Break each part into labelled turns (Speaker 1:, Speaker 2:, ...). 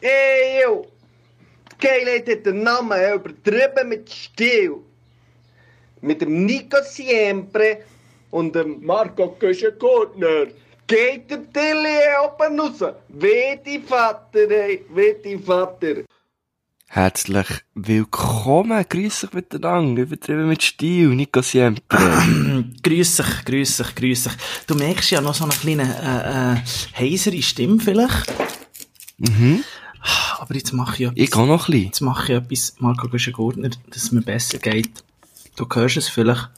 Speaker 1: Ei, eu! Quem leitet den Namen übertrieben mit Stil? Mit dem Nico Siempre und dem Marco Küschen-Gurtner geht der Tilly oben raus. Weh die Vater, ey, weh die Vater.
Speaker 2: Herzlich willkommen, grüß euch miteinander, übertrieben mit Stil, Nico Siempre.
Speaker 3: Grüß dich, grüß dich, grüß dich. Du merkst ja noch so eine kleine, äh, äh, heisere Stimme vielleicht.
Speaker 2: mhm.
Speaker 3: Aber jetzt mache ich etwas.
Speaker 2: Ich kann noch ein bisschen.
Speaker 3: Jetzt mache ich etwas, Marco Güschen-Gurtner, dass es mir besser geht. Du hörst es vielleicht.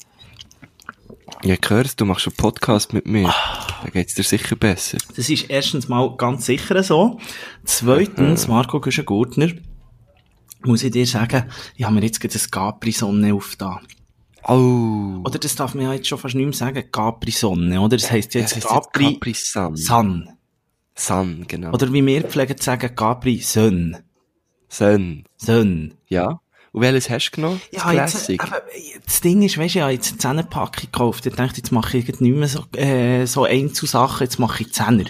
Speaker 2: Ich höre du machst einen Podcast mit mir.
Speaker 3: Ah.
Speaker 2: Da geht's dir sicher besser.
Speaker 3: Das ist erstens mal ganz sicher so. Zweitens, Marco Güschen-Gurtner, muss ich dir sagen, ich habe mir jetzt gerade ein Capri-Sonne aufgetan.
Speaker 2: Oh.
Speaker 3: Oder das darf man ja jetzt schon fast nicht mehr sagen, Capri-Sonne, oder? Das heisst
Speaker 2: das
Speaker 3: jetzt
Speaker 2: heisst
Speaker 3: Capri-Sun.
Speaker 2: Capri Sun. Sun, genau.
Speaker 3: Oder wie wir pflegen zu sagen, Capri-Sön.
Speaker 2: Sun.
Speaker 3: Sön.
Speaker 2: Ja. Und welches hast du genommen?
Speaker 3: Ja,
Speaker 2: das
Speaker 3: jetzt,
Speaker 2: Classic.
Speaker 3: aber das Ding ist, weißt du, ich habe jetzt eine Zehnerpackung gekauft. Ich dachte, jetzt mache ich irgendwie nicht mehr so, äh, so Einzelsachen, jetzt mache ich Zehner.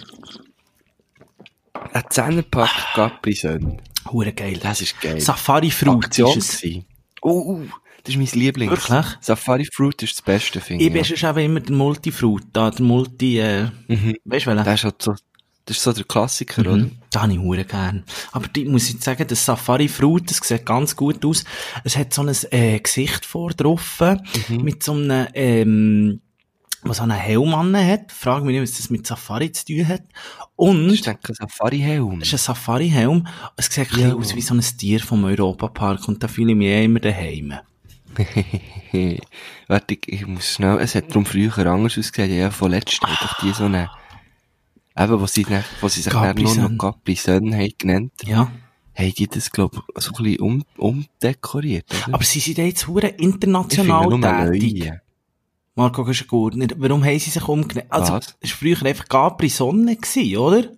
Speaker 2: Ein
Speaker 3: Ah.
Speaker 2: Zehnerpack Capri Sun.
Speaker 3: Hure geil.
Speaker 2: Das ist geil.
Speaker 3: Safari Fruit
Speaker 2: Aktion
Speaker 3: ist es. Uh,
Speaker 2: gewesen. Oh, oh, das ist mein Lieblings.
Speaker 3: Wirklich?
Speaker 2: Safari Fruit ist das beste, finde
Speaker 3: Ich
Speaker 2: ich.
Speaker 3: bin sonst eben immer der Multifruit, da, der Multi, äh, weißt du welcher?
Speaker 2: Das ist, halt so, das ist so der Klassiker, oder?
Speaker 3: Mhm. Da habe ich hure gern. Aber die muss ich sagen, das Safari Fruit, das sieht ganz gut aus. Es hat so ein äh, Gesicht vor drauf,
Speaker 2: Mhm.
Speaker 3: mit so einem, ähm, was so einen Helm an hat. Frage mich nicht, was das mit Safari zu tun hat. Und
Speaker 2: Ich denke, Safari-Helm.
Speaker 3: ist ein Safari-Helm. Es sieht ein bisschen aus wie so ein Tier vom Europapark und da fühle ich mich eh immer daheim.
Speaker 2: Hehehe. Warte, ich, ich muss schnell, es hat darum früher anders ausgesehen, ja, von letztem, doch die so eine, eben, wo sie, dann- wo sie sich dann nur noch
Speaker 3: Capri-Sonne.
Speaker 2: Capri-Sonne haben genannt,
Speaker 3: Ja.
Speaker 2: haben die das, glaub, so ein bisschen um, umdekoriert, oder?
Speaker 3: Aber sie sind ja jetzt hure
Speaker 2: Ich finde
Speaker 3: international
Speaker 2: nur
Speaker 3: tätig.
Speaker 2: neue.
Speaker 3: Marco Güschen-Gurtner, warum haben sie sich umgenannt? Also,
Speaker 2: Was?
Speaker 3: es war früher einfach Capri-Sonne, gewesen, oder?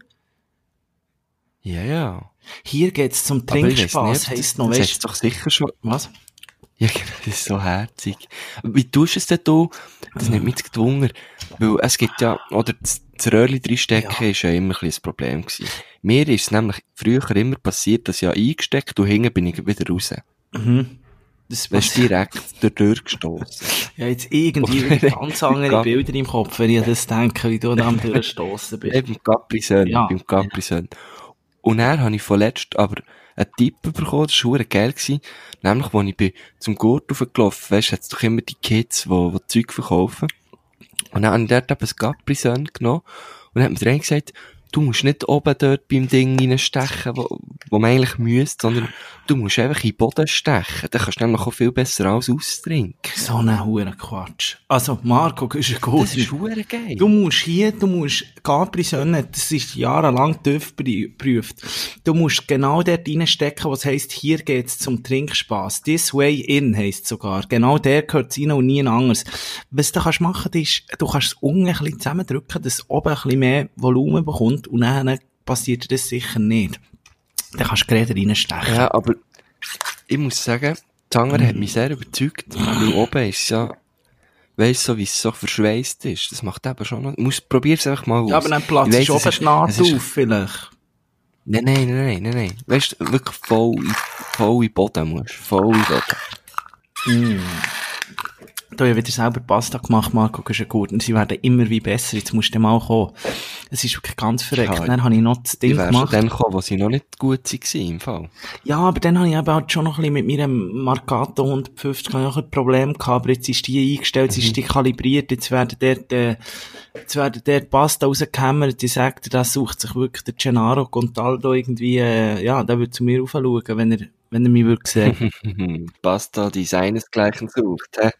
Speaker 2: Ja, ja.
Speaker 3: Hier geht's zum
Speaker 2: Aber ich weiss
Speaker 3: Trinkspaß,
Speaker 2: nicht, ob
Speaker 3: heisst
Speaker 2: das-
Speaker 3: noch,
Speaker 2: Das hast
Speaker 3: weißt
Speaker 2: du doch sicher schon,
Speaker 3: was?
Speaker 2: Ja, genau, das ist so herzig. Wie tust du es denn da? Das nimmt mich gezwungen. Weil es gibt ja, oder das, das Röhrchen reinstecken
Speaker 3: Ja.
Speaker 2: ist ja immer ein bisschen ein Problem gewesen. Mir ist es nämlich früher immer passiert, dass ich ja eingesteckt und hinten bin ich wieder raus.
Speaker 3: Mhm. Das
Speaker 2: Das ist direkt dadurch gestoßen.
Speaker 3: ja, jetzt irgendwie ganz andere
Speaker 2: Capri.
Speaker 3: Bilder im Kopf, wenn ich an das denke, wie du da am Durchstossen bist.
Speaker 2: Eben beim Capri Sun,
Speaker 3: Ja.
Speaker 2: beim Capri Sun. Und dann habe ich vorletzt aber einen Tipp bekommen, das war verdammt geil gewesen. Nämlich, als ich bin zum Gurt raufgelaufen, weisst, hat's doch immer die Kids, die, die Zeug verkaufen. Und dann habe ich dort eben das Capri Sun genommen und dann hat mir der eine gesagt, du musst nicht oben dort beim Ding reinstechen, wo, wo man eigentlich müsste, sondern du musst einfach in den Boden stechen. Dann kannst du nämlich auch viel besser alles austrinken.
Speaker 3: So ein huren Quatsch. Also, Marco
Speaker 2: Das ist
Speaker 3: Güschen-Gurtner.
Speaker 2: verdammt geil.
Speaker 3: Du musst hier, du musst Capri Sonne, das ist jahrelang TÜV geprüft. Du musst genau dort reinstecken, was heisst, hier geht's zum Trinkspaß. This way in heisst sogar. Genau der gehört rein und nie anders. Was du kannst machen ist, du kannst es unten ein bisschen zusammendrücken, dass oben ein bisschen mehr Volumen bekommt und dann passiert dir das sicher nicht. Dann kannst du Geräte reinstechen.
Speaker 2: Ja, aber ich muss sagen, Tanger hat mich sehr überzeugt, weil oben ist ja, weißt so, wie es so verschweißt ist. Das macht eben schon noch, muss, probier's einfach mal aus.
Speaker 3: Ja, aber dann
Speaker 2: Ich
Speaker 3: platzt
Speaker 2: weiss,
Speaker 3: ist oben
Speaker 2: es
Speaker 3: die Nase
Speaker 2: es ist-
Speaker 3: auf, vielleicht.
Speaker 2: Nein, nein, nein, nein, nein, nein. Weißt du, wirklich voll, in- voll in den Boden musst. Voll in den Boden.
Speaker 3: Da habe ich wieder selber Pasta gemacht, Marco, das ist ja gut. Und sie werden immer wie besser. Jetzt musst du mal kommen. Es ist wirklich ganz verreckt.
Speaker 2: Ja,
Speaker 3: dann habe ich noch das Ding
Speaker 2: Die wärst schon
Speaker 3: gemacht.
Speaker 2: dann gekommen, wo sie noch nicht gut waren, im Fall.
Speaker 3: Ja, aber dann habe ich eben halt schon noch ein bisschen mit meinem Marcato 150 noch ein Problem gehabt. Aber jetzt ist die eingestellt, jetzt ist die kalibriert. Jetzt werden dort, äh, jetzt werden dort Pasta rausgehämmert. Die sagt, das sucht sich wirklich der Gennaro Contaldo irgendwie, äh, ja, der würde zu mir raufschauen, wenn er, wenn er mich würde sehen.
Speaker 2: Mhm. Pasta deinesgleichen sucht, hä?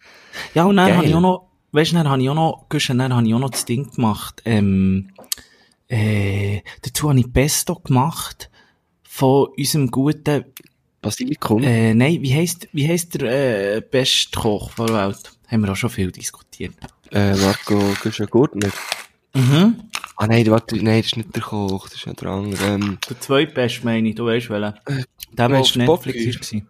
Speaker 3: Ja, und dann
Speaker 2: Geil.
Speaker 3: habe ich auch noch, weißt du, dann habe ich auch noch, gehst dann habe ich auch noch das Ding gemacht, ähm, äh, dazu habe ich Pesto gemacht von unserem guten,
Speaker 2: Basilikum.
Speaker 3: äh, nein, wie heisst, wie heisst der, äh, beste Koch der Welt? Haben wir auch schon viel diskutiert.
Speaker 2: Äh, Marco, gehst du gut nicht?
Speaker 3: Mhm.
Speaker 2: Ah, nein, warte, nein, das ist nicht der Koch, das ist nicht der andere. Ähm,
Speaker 3: Der zweitbeste meine ich, du weißt welchen. Der, der
Speaker 2: meinst
Speaker 3: auf
Speaker 2: du
Speaker 3: Netflix
Speaker 2: Popeye?
Speaker 3: ist gewesen.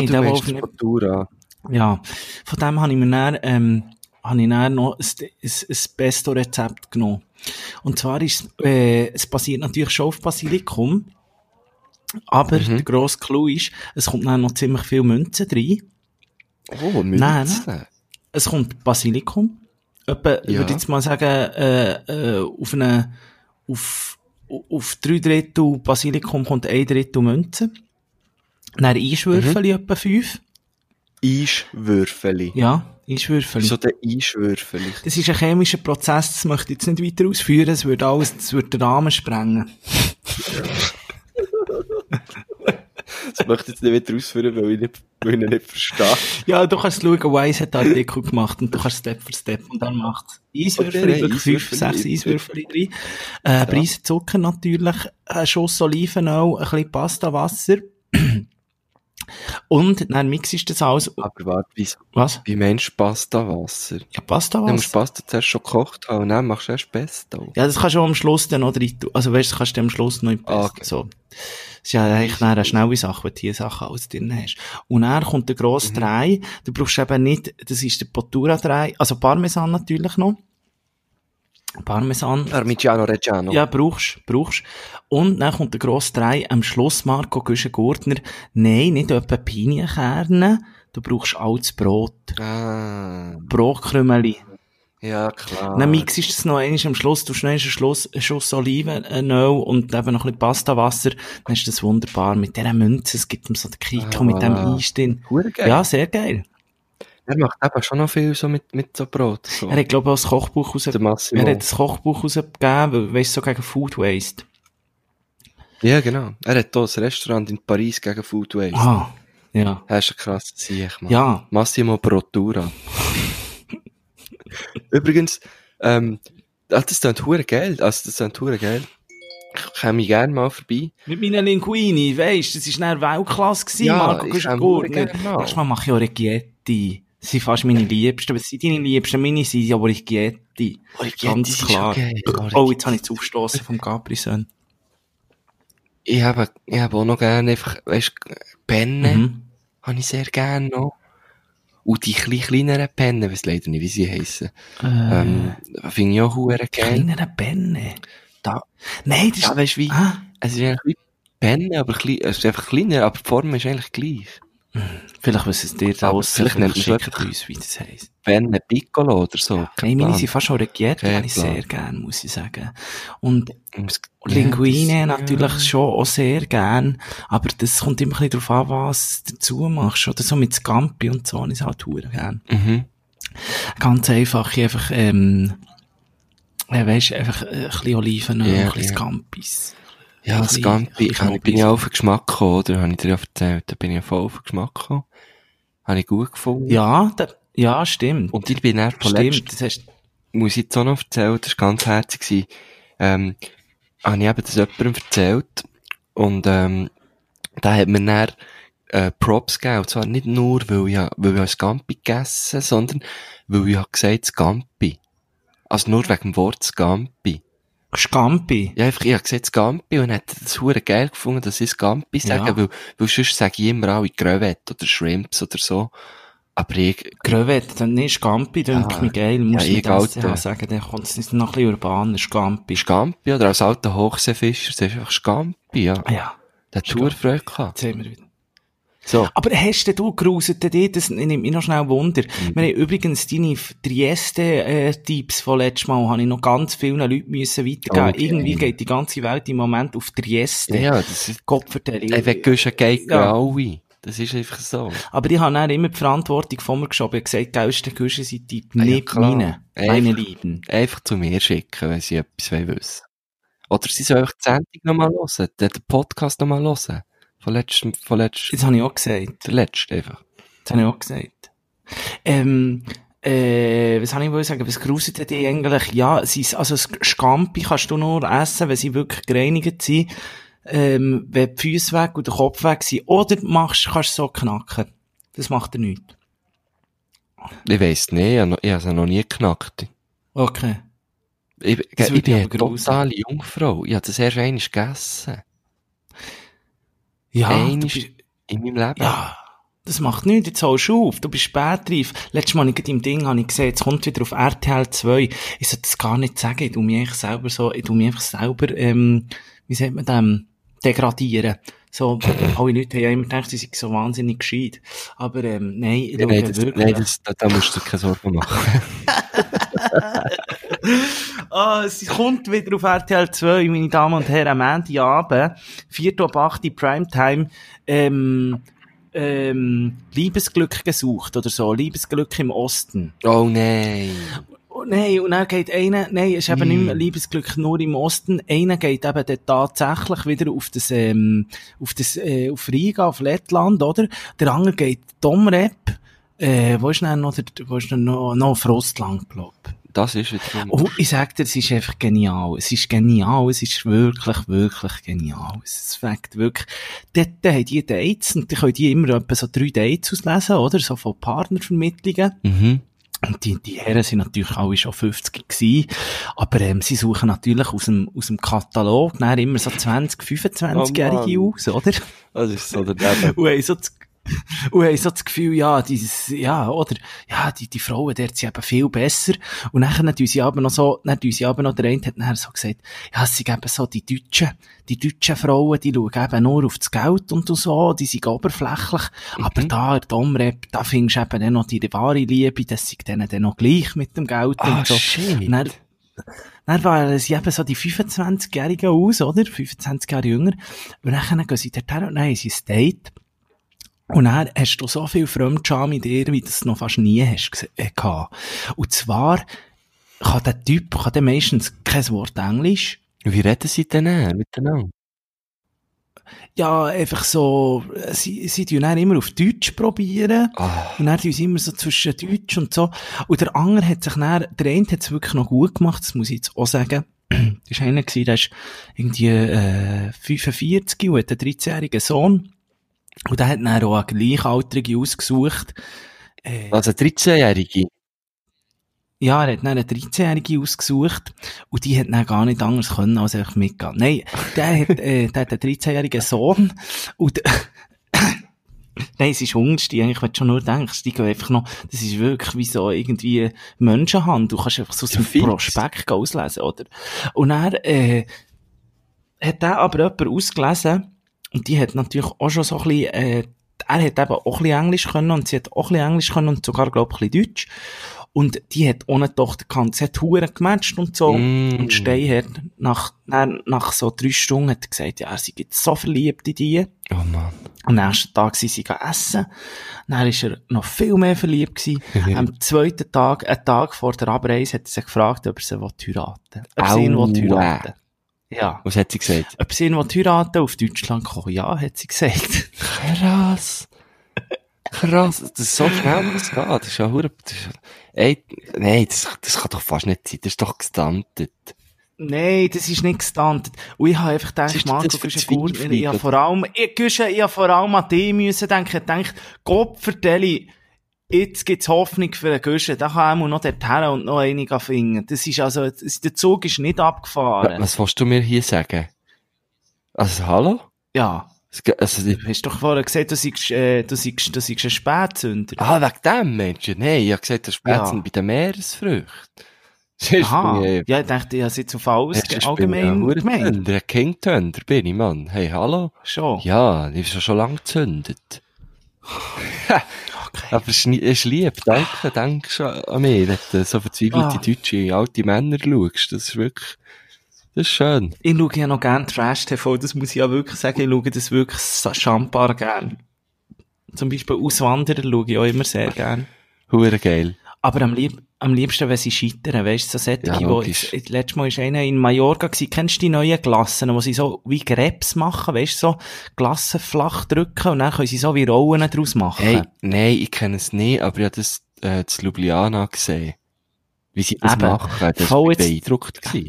Speaker 2: Äh, ah, du
Speaker 3: der, der
Speaker 2: meinst
Speaker 3: auf
Speaker 2: das
Speaker 3: Netflix
Speaker 2: Fatura.
Speaker 3: Ja, von dem habe ich mir dann, ähm, habe ich dann noch ein, ein, ein Pesto-Rezept genommen. Und zwar ist, es, äh, es basiert natürlich schon auf Basilikum, Aber
Speaker 2: Mhm.
Speaker 3: der grosse Clou ist, es kommt dann noch ziemlich viel Münzen rein.
Speaker 2: Oh,
Speaker 3: Nein,
Speaker 2: Münzen.
Speaker 3: Es kommt Basilikum. Etwa, ich
Speaker 2: Ja.
Speaker 3: würde jetzt mal sagen, äh, äh, auf eine, auf, auf drei Drittel Basilikum kommt ein Drittel Münze. Dann
Speaker 2: Mhm.
Speaker 3: Einschwürfeli, etwa fünf.
Speaker 2: Eischwürfeli.
Speaker 3: Ja, Einschwürfeli.
Speaker 2: So der Eischwürfeli.
Speaker 3: Das ist ein chemischer Prozess, das möchte ich jetzt nicht weiter ausführen, es würde alles, es würde den Rahmen sprengen.
Speaker 2: Das möchte ich jetzt nicht wieder ausführen, weil ich, nicht, weil ich ihn nicht verstehe.
Speaker 3: Ja, du kannst schauen, Wise hat einen Artikel gemacht und du kannst Step für Step und dann macht Eiswürfel,
Speaker 2: Okay,
Speaker 3: wirklich fünf,
Speaker 2: Eiswürfel.
Speaker 3: sechs Eiswürfel drin. Äh, Preise Zucker natürlich, ein Schuss Olivenöl, ein bisschen Pasta, Wasser. Und dann mixest du das alles.
Speaker 2: Aber warte, wieso?
Speaker 3: Was?
Speaker 2: Wie meinst du Pasta Wasser?
Speaker 3: Ja, Pasta,
Speaker 2: Du musst
Speaker 3: was?
Speaker 2: Pasta zuerst schon gekocht haben und dann machst du erst Pesto.
Speaker 3: Ja, das kannst du auch am Schluss dann noch drin tun. Also, weißt du, das kannst du am Schluss noch im
Speaker 2: Ah,
Speaker 3: Best.
Speaker 2: okay.
Speaker 3: So. Das ist ja eigentlich dann eine schnelle Sache, wenn du diese Sachen alles drin hast. Und dann kommt der
Speaker 2: Mhm.
Speaker 3: grosse Drei. Du brauchst eben nicht, das ist der Potura-Drei. Also, Parmesan natürlich noch. Parmesan. äh,
Speaker 2: Parmigiano Reggiano.
Speaker 3: Ja, brauchst, brauchst. Und dann kommt der grosse Drei am Schluss, Marco Güschen-Gurtner. Nein, nicht etwa Pinienkerne. Du brauchst altes Brot.
Speaker 2: Ah,
Speaker 3: Brotkrümeli.
Speaker 2: ja, klar.
Speaker 3: Dann mixest du es noch einmal am Schluss, du schnellst einen Schluss, einen Schuss Olivenöl und eben noch ein bisschen Pastawasser. Dann ist das wunderbar mit dieser Münze. Es gibt ihm so den Kick und mit dem
Speaker 2: Ah.
Speaker 3: Eis drin.
Speaker 2: Hure geil.
Speaker 3: Ja, sehr geil.
Speaker 2: Er macht eben schon noch viel so mit, mit so Brot. So.
Speaker 3: Er hat, glaube ich, auch das Kochbuch
Speaker 2: der
Speaker 3: rausgegeben.
Speaker 2: Massimo.
Speaker 3: Er hat das Kochbuch rausgegeben, weißt du, so gegen Food Waste.
Speaker 2: Ja, genau. Er hat hier ein Restaurant in Paris gegen Food Waste.
Speaker 3: Ah, ja.
Speaker 2: Das ist ein krasser Sieg, Mann.
Speaker 3: Ja.
Speaker 2: Massimo Protura. Übrigens, ähm, ah, das klingt hure geil. Also, das klingt hure geil. Ich käme gerne mal vorbei.
Speaker 3: Mit meinen Linguini, weißt du, das war dann Weltklasse, gewesen,
Speaker 2: Ja,
Speaker 3: Marco
Speaker 2: ich
Speaker 3: Guschen
Speaker 2: kann
Speaker 3: Gurtner.
Speaker 2: verdammt gerne mal.
Speaker 3: Manchmal ne? mache ich auch Rigetti. Das sind fast meine Liebsten. Was sind deine Liebsten? Meine sind aber Rigetti. Ganz klar. Oh, jetzt habe ich es aufgestossen vom Capri Sun.
Speaker 2: Ich habe, ich habe auch noch gerne einfach, weißt du, Pennen
Speaker 3: Mhm.
Speaker 2: habe ich sehr gerne noch. Und die klein, kleineren Pennen, ich weiß leider nicht, wie sie heissen,
Speaker 3: Mhm.
Speaker 2: ähm, finde ich auch hure geil.
Speaker 3: Äh, Kleinere Benne. Da. Nein, das
Speaker 2: Ja,
Speaker 3: ist...
Speaker 2: weißt du, wie,
Speaker 3: Ah,
Speaker 2: es ist eigentlich wie Pennen, aber klein, es ist einfach kleiner, aber die Form ist eigentlich gleich.
Speaker 3: vielleicht wissen es dir da
Speaker 2: Aber
Speaker 3: draussen,
Speaker 2: vielleicht nennt man es
Speaker 3: schickt uns, wie das heisst.
Speaker 2: Pennen, Piccolo oder so.
Speaker 3: Nein,
Speaker 2: kein
Speaker 3: meine
Speaker 2: Plan.
Speaker 3: sind fast schon Rigetti,
Speaker 2: Kein
Speaker 3: habe ich
Speaker 2: Plan.
Speaker 3: sehr gerne, muss ich sagen. Und
Speaker 2: Ums-
Speaker 3: Und Linguine
Speaker 2: Ja, das-
Speaker 3: natürlich schon auch sehr gern, aber das kommt immer ein bisschen darauf an, was du dazu machst. Oder so mit Scampi und so, ist halt hure gern.
Speaker 2: ja. Mhm.
Speaker 3: Ganz einfach, einfach, ähm, ja, weisst, einfach äh, ein bisschen Olivenöl,
Speaker 2: Ja,
Speaker 3: ein bisschen
Speaker 2: ja.
Speaker 3: Scampis.
Speaker 2: Ja,
Speaker 3: Ein
Speaker 2: das
Speaker 3: bisschen-
Speaker 2: Gampi,
Speaker 3: ein
Speaker 2: ich
Speaker 3: bisschen
Speaker 2: bin ja auf den Geschmack gekommen, oder? Habe ich dir ja erzählt, da bin ich ja voll auf den Geschmack gekommen. Habe ich gut gefunden.
Speaker 3: Ja, da, ja, stimmt.
Speaker 2: Und ich bin dann
Speaker 3: stimmt,
Speaker 2: verletzt,
Speaker 3: das hast,
Speaker 2: muss ich jetzt auch noch erzählen, das war ganz herzig. gewesen. Ähm, habe ich eben das jemandem erzählt und ähm, da hat mir dann äh, Props gegeben. Und zwar nicht nur, weil ich, ha- weil ich ha Scampi gegessen sondern weil ich ha gesagt Scampi. Also nur wegen dem Wort Scampi.
Speaker 3: Scampi.
Speaker 2: Ja, einfach, ich hab gesehen, Scampi, und hat das hure geil gefunden, dass ich Scampi sage,
Speaker 3: Ja.
Speaker 2: weil, weil sonst sage ich immer alle Grövet oder Shrimps oder so. Aber ich,
Speaker 3: Grövet, dann nicht Scampi, dann
Speaker 2: Ah,
Speaker 3: ah, mich geil, musst
Speaker 2: ja,
Speaker 3: du
Speaker 2: egal,
Speaker 3: nicht SCH
Speaker 2: äh.
Speaker 3: sagen, dann kommt es noch ein bisschen urbaner, Scampi.
Speaker 2: Scampi, oder als alter Hochseefischer, das ist einfach Scampi, ja.
Speaker 3: Ah ja,
Speaker 2: Der hat hure Freude gehabt.
Speaker 3: jetzt haben wir wieder.
Speaker 2: So.
Speaker 3: Aber hast denn du geruset dort? Das nimmt mich noch schnell Wunder.
Speaker 2: Mhm.
Speaker 3: Wir haben übrigens deine Trieste-Tipps von letztes Mal, habe ich noch ganz vielen Leuten müssen weitergeben.
Speaker 2: Okay.
Speaker 3: Irgendwie geht die ganze Welt im Moment auf Trieste.
Speaker 2: Ja, das ist,
Speaker 3: Gott vertelle
Speaker 2: ich will
Speaker 3: ich.
Speaker 2: gehen, gehen,
Speaker 3: Ja.
Speaker 2: graue. Das ist einfach so.
Speaker 3: Aber ich habe dann immer die Verantwortung von mir geschoben. Ich habe gesagt, geilste Küche sind die
Speaker 2: ja,
Speaker 3: nicht
Speaker 2: klar.
Speaker 3: meine, meine
Speaker 2: Einfach.
Speaker 3: Lieben.
Speaker 2: Einfach zu mir schicken, wenn sie etwas wollen wissen. Oder sie sollen euch die Sendung nochmal hören, den den Podcast nochmal hören. Von letztem, von letztem,
Speaker 3: Das habe ich auch gesagt.
Speaker 2: der letzte einfach.
Speaker 3: Das habe ich auch gesagt. Ähm, äh, was habe ich wohl sagen? Was gruset hat die eigentlich? Ja, sie, ist- also Sk- Scampi kannst du nur essen, wenn sie wirklich gereinigt sind. Ähm, wenn die Füße weg und der Kopf weg sind. Oder du machst, kannst du so knacken. Das macht er nicht.
Speaker 2: Ich weiss nicht, ich habe noch- ich habe sie noch nie knackt.
Speaker 3: Okay.
Speaker 2: Ich,
Speaker 3: Das
Speaker 2: ich
Speaker 3: würde
Speaker 2: bin
Speaker 3: ich
Speaker 2: eine
Speaker 3: aber gruselig.
Speaker 2: totale Jungfrau. Ich habe das erst einmal gegessen.
Speaker 3: Ja, du
Speaker 2: Einmal
Speaker 3: bist,
Speaker 2: in meinem Leben.
Speaker 3: ja. Das macht nichts, jetzt holst du auf, du bist spät reif. Letztes Mal, ich im Ding, habe ich gesehen, jetzt kommt wieder auf RTL 2. Ich sollte das gar nicht sagen, ich tu mich eigentlich selber so, ich tu mich einfach selber, ähm, wie sagt man dem, degradieren. So, alle Leute haben ja immer gedacht, sie sind so wahnsinnig gescheit. Aber, ähm, nein, ich
Speaker 2: Nein,
Speaker 3: schaue
Speaker 2: nein, das,
Speaker 3: wirklich-
Speaker 2: nein das, da, da musst du dir keine Sorgen machen.
Speaker 3: Ah, es kommt wieder auf RTL 2, meine Damen und Herren, am Montagabend, 4 ab 8 Uhr Primetime, ähm, ähm, Liebesglück gesucht oder so, Liebesglück im Osten.
Speaker 2: oh nein.
Speaker 3: Oh, nein, und dann geht einer, nein, es ist eben nicht mehr
Speaker 2: Mm.
Speaker 3: Liebesglück nur im Osten, einer geht eben dann tatsächlich wieder auf das, ähm, auf das, äh, auf Riga, auf Lettland, oder? Der andere geht Domrep, äh, wo ist denn noch, der, wo ist denn noch, noch auf Russland, glaub ich.
Speaker 2: Das ist jetzt nur...
Speaker 3: Oh, ich sag dir, es ist einfach genial. Es ist genial. Es ist wirklich, wirklich genial. Es fängt wirklich, dort äh, haben die Dates und die können die immer etwa so drei Dates auslesen, oder? So von Partnervermittlungen.
Speaker 2: Mhm.
Speaker 3: Und die, die Herren sind natürlich alle schon 50 gewesen. Aber, ähm, sie suchen natürlich aus dem, aus dem Katalog dann immer so 20, 25-Jährige
Speaker 2: Oh Mann.
Speaker 3: aus, oder?
Speaker 2: Das ist so der Debe.
Speaker 3: Und haben so das, und haben so das Gefühl, ja, dieses, ja, oder, ja, die, die Frauen dort sind eben viel besser. Und nachher tun sie aber noch so, dann tun sie aber noch, der eine hat nachher so gesagt, ja, es sind eben so die Deutschen, die deutschen Frauen, die schauen eben nur auf das Geld und so, die sind oberflächlich. Aber da, in Domrep, da findest du eben dann noch die wahre Liebe, das sind denen dann noch gleich mit dem Geld
Speaker 2: Ah,
Speaker 3: und so.
Speaker 2: shit.
Speaker 3: Und Dann, dann wählen sie eben so die 25-Jährigen aus, oder? 25 Jahre jünger. Und dann gehen sie dorthin und dann haben sie ein Date. Und dann hast du so viel Fremdscham in dir, wie du es noch fast nie hast gese- äh, gehabt. Und zwar kann der Typ, kann der meistens kein Wort Englisch.
Speaker 2: Wie reden sie denn her miteinander?
Speaker 3: Ja, einfach so, äh, sie, sie tun dann immer auf Deutsch probieren.
Speaker 2: Ah,
Speaker 3: Und dann tun sie immer so zwischen Deutsch und so. Und der andere hat sich dann, der eine hat es wirklich noch gut gemacht, das muss ich jetzt auch sagen. Das war einer, gewesen, der ist irgendwie, äh, 45 und hat einen 13-jährigen Sohn. Und der hat dann auch eine Gleichaltrige ausgesucht. Äh,
Speaker 2: also 13-Jährige.
Speaker 3: ja, er hat dann eine 13-Jährige ausgesucht und die hat dann gar nicht anders können, als einfach mitgehen. Nein, der hat, äh, der hat einen 13-jährigen Sohn und Nein, es ist Hungerste, eigentlich, wenn du schon nur denkst, die gehen einfach noch, das ist wirklich wie so irgendwie Menschenhand, du kannst einfach so aus
Speaker 2: Ja,
Speaker 3: dem
Speaker 2: fix.
Speaker 3: Prospekt auslesen, oder? Und er, äh, hat der aber jemand ausgelesen und die hat natürlich auch schon so ein bisschen, äh, er hat eben auch ein bisschen Englisch können und sie hat auch ein bisschen Englisch können und sogar, glaube ich, ein bisschen Deutsch. Und die hat ohne Tochter gekannt. Sie hat Huren gematcht und so.
Speaker 2: Mm.
Speaker 3: Oh, Und Steinherd nach, dann, nach so drei Stunden hat gesagt, ja, sie gibt so verliebt in die.
Speaker 2: Oh Mann.
Speaker 3: Am nächsten Tag sind sie gegangen essen. Dann war er noch viel mehr verliebt. Gewesen. Am zweiten Tag, einen Tag vor der Abreise, hat er sich gefragt, ob er sie heiraten will. Ob sie ihn
Speaker 2: Aua.
Speaker 3: will heiraten Ja.
Speaker 2: Was hat sie gesagt?
Speaker 3: Ob sie ihn will heiraten auf Deutschland kommen? Ja, hat sie gesagt.
Speaker 2: Krass. Krass. Das ist so schnell, wie es geht. Das ist ja hure... das ist- Ey, nein, das, das kann doch fast nicht sein. Das ist doch gestuntet.
Speaker 3: Nein, das ist nicht gestandet. Und ich habe einfach
Speaker 2: Siehst
Speaker 3: gedacht,
Speaker 2: du,
Speaker 3: Marco,
Speaker 2: das
Speaker 3: du bist ein
Speaker 2: verzweifelt,
Speaker 3: Gurtner. Ich habe
Speaker 2: oder?
Speaker 3: vor allem, ich, Güsche, ich habe vor allem an dich müssen denken. Ich dachte, Gott vertelle, jetzt gibt's Hoffnung für den Güsche. Da kann er noch dorthin und noch einige finden. Das ist also, das, der Zug ist nicht
Speaker 2: Wa-
Speaker 3: abgefahren.
Speaker 2: Was willst du mir hier sagen? Also, hallo?
Speaker 3: Ja.
Speaker 2: Es ge- Also, ich-
Speaker 3: Du hast doch vorher gesagt, du seist, äh, du seist, du seist ein Spätzünder.
Speaker 2: ah, wegen dem, Menschen. Nein, ich habe gesagt, das Spätzle
Speaker 3: Ja.
Speaker 2: bei den Meeresfrüchten. Sonst
Speaker 3: Aha.
Speaker 2: bin ich-
Speaker 3: Ja, ich dachte, ich habe es jetzt auf alles
Speaker 2: Erstens
Speaker 3: allgemein
Speaker 2: bin ich ein
Speaker 3: gemeint.
Speaker 2: Hurentünder, ein King-Tönder bin ich, Mann. Hey, hallo?
Speaker 3: Schon.
Speaker 2: Ja, ich bin ja schon lange gezündet.
Speaker 3: Okay.
Speaker 2: Aber es ist nie- es ist lieb, danke, danke schon an mich, wenn du so verzweifelte
Speaker 3: Ah.
Speaker 2: deutsche alte Männer schaust. Das ist wirklich, das ist schön.
Speaker 3: Ich schaue ja noch gerne Trash-TV, das muss ich ja wirklich sagen. Ich schaue das wirklich sa- schambar gern. Zum Beispiel Auswanderer schaue ich auch immer sehr gern.
Speaker 2: Hure geil.
Speaker 3: Aber am, lieb am liebsten, wenn sie scheitern, weißt du, so
Speaker 2: Ja,
Speaker 3: Sättige, ja, wo,
Speaker 2: logisch.
Speaker 3: jetzt- jetzt- letztes Mal war einer in Mallorca, gewesen. kennst du die neuen Glassen, wo sie so wie Krebs machen, weißt du, so Glassen flach drücken und dann können sie so wie Rollen draus machen.
Speaker 2: Hey, nein, ich kenne es nicht, aber ich habe das, äh, zu Ljubljana gesehen. Wie sie das
Speaker 3: Eben.
Speaker 2: machen, das war
Speaker 3: Voll
Speaker 2: ich
Speaker 3: jetzt-
Speaker 2: beeindruckt gewesen.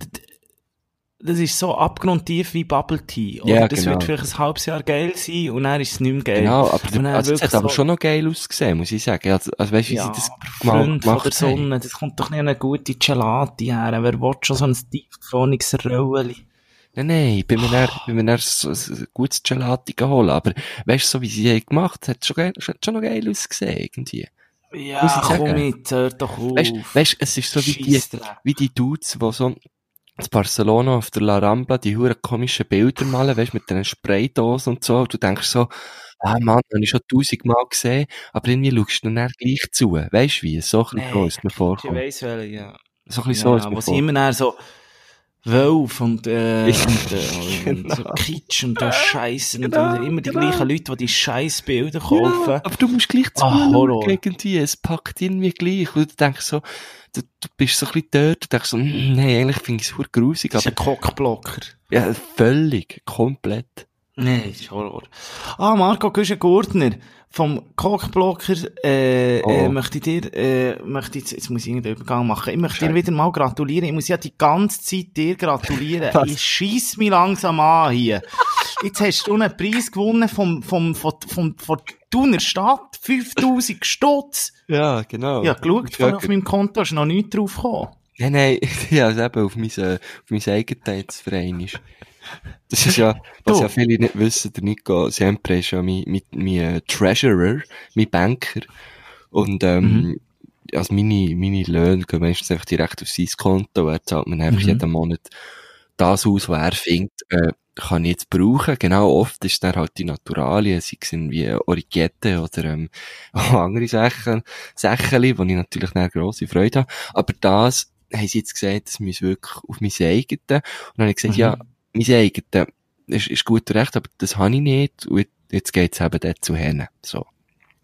Speaker 3: Das ist so abgrundtief wie Bubble Tea. Oder?
Speaker 2: Ja,
Speaker 3: das
Speaker 2: genau.
Speaker 3: wird vielleicht ein halbes Jahr geil sein und dann ist es nicht mehr geil.
Speaker 2: Genau, aber
Speaker 3: Und
Speaker 2: der,
Speaker 3: dann
Speaker 2: also, es
Speaker 3: wirklich
Speaker 2: hat aber
Speaker 3: so-
Speaker 2: schon noch geil ausgesehen, muss ich sagen. Also, also weißt du, wie
Speaker 3: ja,
Speaker 2: sie das
Speaker 3: aber
Speaker 2: mal
Speaker 3: Freund von der
Speaker 2: gemacht haben?
Speaker 3: Sonne, das kommt doch nicht an eine gute Gelati her. Wer will schon so ein tiefgefrorenes Röllchen?
Speaker 2: Nein, nein, ich bin mir dann, ich bin mir dann so, so ein gutes Gelati geholt, aber weißt du, so wie sie haben gemacht hat, schon, geil- schon, schon noch geil ausgesehen, irgendwie. Muss
Speaker 3: Ja,
Speaker 2: ich
Speaker 3: komm
Speaker 2: sagen.
Speaker 3: mit, hör doch auf.
Speaker 2: Weißt du, es ist so wie die,
Speaker 3: Scheissdreck.
Speaker 2: wie die Dudes, die so in Barcelona auf der La Rambla die hure komischen Bilder malen, weißt, mit diesen Spraydosen und so, und du denkst so, ah Mann, das habe ich schon tausendmal gesehen, aber irgendwie schaust du dann gleich zu, weißt wie, so ein bisschen
Speaker 3: Nee,
Speaker 2: so ist mir
Speaker 3: Ich
Speaker 2: vorkommt.
Speaker 3: weiss welche, ja.
Speaker 2: So ein bisschen so ist
Speaker 3: ja,
Speaker 2: mir
Speaker 3: was
Speaker 2: vorkommt.
Speaker 3: immer dann so Wolf und, äh, und, äh,
Speaker 2: Genau.
Speaker 3: und so Kitsch und das Scheiße
Speaker 2: Genau,
Speaker 3: und immer die
Speaker 2: genau.
Speaker 3: gleichen Leute, die die scheiß Bilder kaufen.
Speaker 2: Ja, aber du musst gleich
Speaker 3: Ah,
Speaker 2: zuschauen
Speaker 3: Horror.
Speaker 2: irgendwie, es packt irgendwie gleich, und du denkst so, du, du bist so ein bisschen dort, du denkst so, «Hm, nee, eigentlich finde ich es hure grusig,
Speaker 3: Das ist
Speaker 2: aber
Speaker 3: ein Cockblocker.
Speaker 2: ja, völlig, komplett.
Speaker 3: Nein, das ist Horror. Ah, Marco Güschen-Gurtner, vom Cockblocker, äh,
Speaker 2: Oh.
Speaker 3: äh, möchte ich dir, äh, möchte ich, jetzt muss ich irgendeinen Übergang machen, ich möchte
Speaker 2: Scheiße.
Speaker 3: dir wieder mal gratulieren, ich muss ja die ganze Zeit dir gratulieren,
Speaker 2: Was?
Speaker 3: ich schieß mich langsam an hier. Jetzt hast du einen Preis gewonnen vom, vom, vom, vom, von Thuner Stadt, 5000 Stutz.
Speaker 2: Ja, genau.
Speaker 3: Ja, geschaut, vorhin auf meinem Konto ist noch nichts drauf gekommen.
Speaker 2: Nein, nein, ja, also eben auf mein, äh, auf mein eigenes Verein ist. Das ist ja, was
Speaker 3: Du.
Speaker 2: ja viele nicht wissen, der Nico Sempre ist ja mein, mein, mein äh, Treasurer, mein Banker. Und, ähm,
Speaker 3: Mhm.
Speaker 2: also meine, meine Löhne gehen meistens einfach direkt auf sein Konto. Er zahlt mir einfach
Speaker 3: Mhm.
Speaker 2: jeden Monat das aus, was er findet, äh, kann ich jetzt brauchen. Genau, oft ist dann halt die Naturalien, sei es irgendwie Origette oder, ähm, auch andere Sachen, Sachen, wo ich natürlich dann grosse Freude habe. Aber das, haben sie jetzt gesagt, das muss wirklich auf mein eigenes. Und dann habe ich gesagt,
Speaker 3: Mhm.
Speaker 2: ja, mein eigenes ist, ist gut und recht, aber das habe ich nicht. Und jetzt geht's eben dazu hin. So.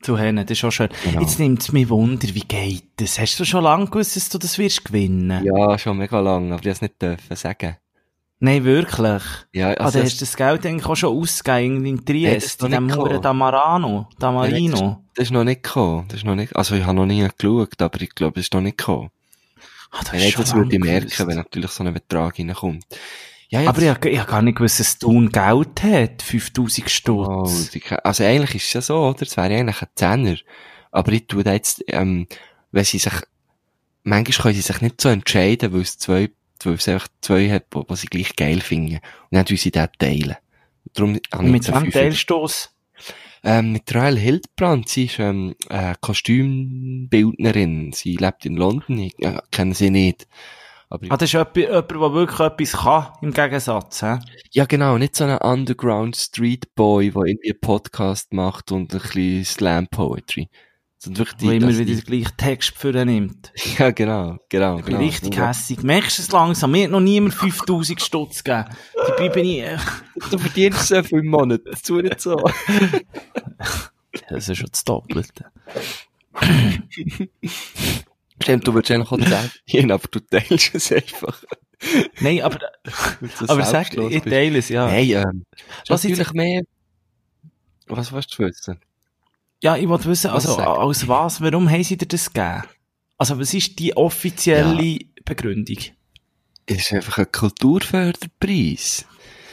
Speaker 3: Zu Henne, das ist auch schön.
Speaker 2: Genau.
Speaker 3: Jetzt nimmt es mich Wunder, wie geht das? Hast du schon lange gewusst, dass du das wirst gewinnen?
Speaker 2: Ja, schon mega lang, aber ich es nicht dürfen sagen.
Speaker 3: Nein, wirklich.
Speaker 2: Ja, also,
Speaker 3: Also, ah, dann hast du das Geld eigentlich auch schon ausgegeben, irgendwie in Triest,
Speaker 2: doch
Speaker 3: in dem
Speaker 2: nicht
Speaker 3: Huren
Speaker 2: gekommen.
Speaker 3: Tamarano,
Speaker 2: Ja,
Speaker 3: Tamarino.
Speaker 2: das ist noch nicht gekommen. Das ist noch nicht, also ich habe noch nie geschaut, aber ich glaube, es ist noch nicht gekommen.
Speaker 3: Ah, das
Speaker 2: Wenn
Speaker 3: ist
Speaker 2: nicht,
Speaker 3: schon
Speaker 2: das
Speaker 3: lange
Speaker 2: würde ich merken,
Speaker 3: gewusst.
Speaker 2: wenn natürlich so ein Betrag reinkommt. Ja,
Speaker 3: Aber ich, hab- ich habe gar nicht gewusst, dass Thun Geld hat, 5000
Speaker 2: Oh,
Speaker 3: Stutz.
Speaker 2: die- also eigentlich ist es ja so, oder? Es wäre eigentlich ein Zehner. Aber ich tue da jetzt, ähm, wenn sie sich, manchmal können sie sich nicht so entscheiden, weil es zwei, weil es einfach zwei hat, die, die sie gleich geil finden. Und dann tun sie den teilen. Darum habe
Speaker 3: Und
Speaker 2: ich
Speaker 3: mit
Speaker 2: jetzt einen
Speaker 3: wem
Speaker 2: Fünfer.
Speaker 3: teilst du es?
Speaker 2: Ähm, mit Rael Hildbrand, sie ist, ähm, äh, Kostümbildnerin. Sie lebt in London. Ich äh, kenne sie nicht. Aber ich-
Speaker 3: Ah, das ist jemand, jemand, der wirklich etwas kann, im Gegensatz, hä?
Speaker 2: ja, genau, nicht so ein Underground Street Boy, der irgendwie einen Podcast macht und ein bisschen Slam Poetry. Sondern wirklich
Speaker 3: Der immer
Speaker 2: also
Speaker 3: wieder den gleichen Text für ihn nimmt.
Speaker 2: Ja, genau, genau.
Speaker 3: Ich bin
Speaker 2: genau.
Speaker 3: richtig hässig. Merkst du es langsam? Mir hat noch niemand 5000 Stutz gegeben. Dabei bin ich, äh,
Speaker 2: Du verdienst so viel im Monat. Das tue nicht so.
Speaker 3: das ist schon das Doppelte.
Speaker 2: Stimmt, du würdest eigentlich auch das verdienen, aber du teilst es einfach.
Speaker 3: Nein, aber, aber sag, ich teile es, ja.
Speaker 2: Hey, ähm,
Speaker 3: Was
Speaker 2: was
Speaker 3: jetzt-
Speaker 2: natürlich mehr. Was willst du wissen?
Speaker 3: Ja, ich wollte wissen,
Speaker 2: Was
Speaker 3: also,
Speaker 2: sagen?
Speaker 3: aus was, warum haben sie dir das gegeben? Also, was ist die offizielle Begründung?
Speaker 2: Es ist einfach ein Kulturförderpreis.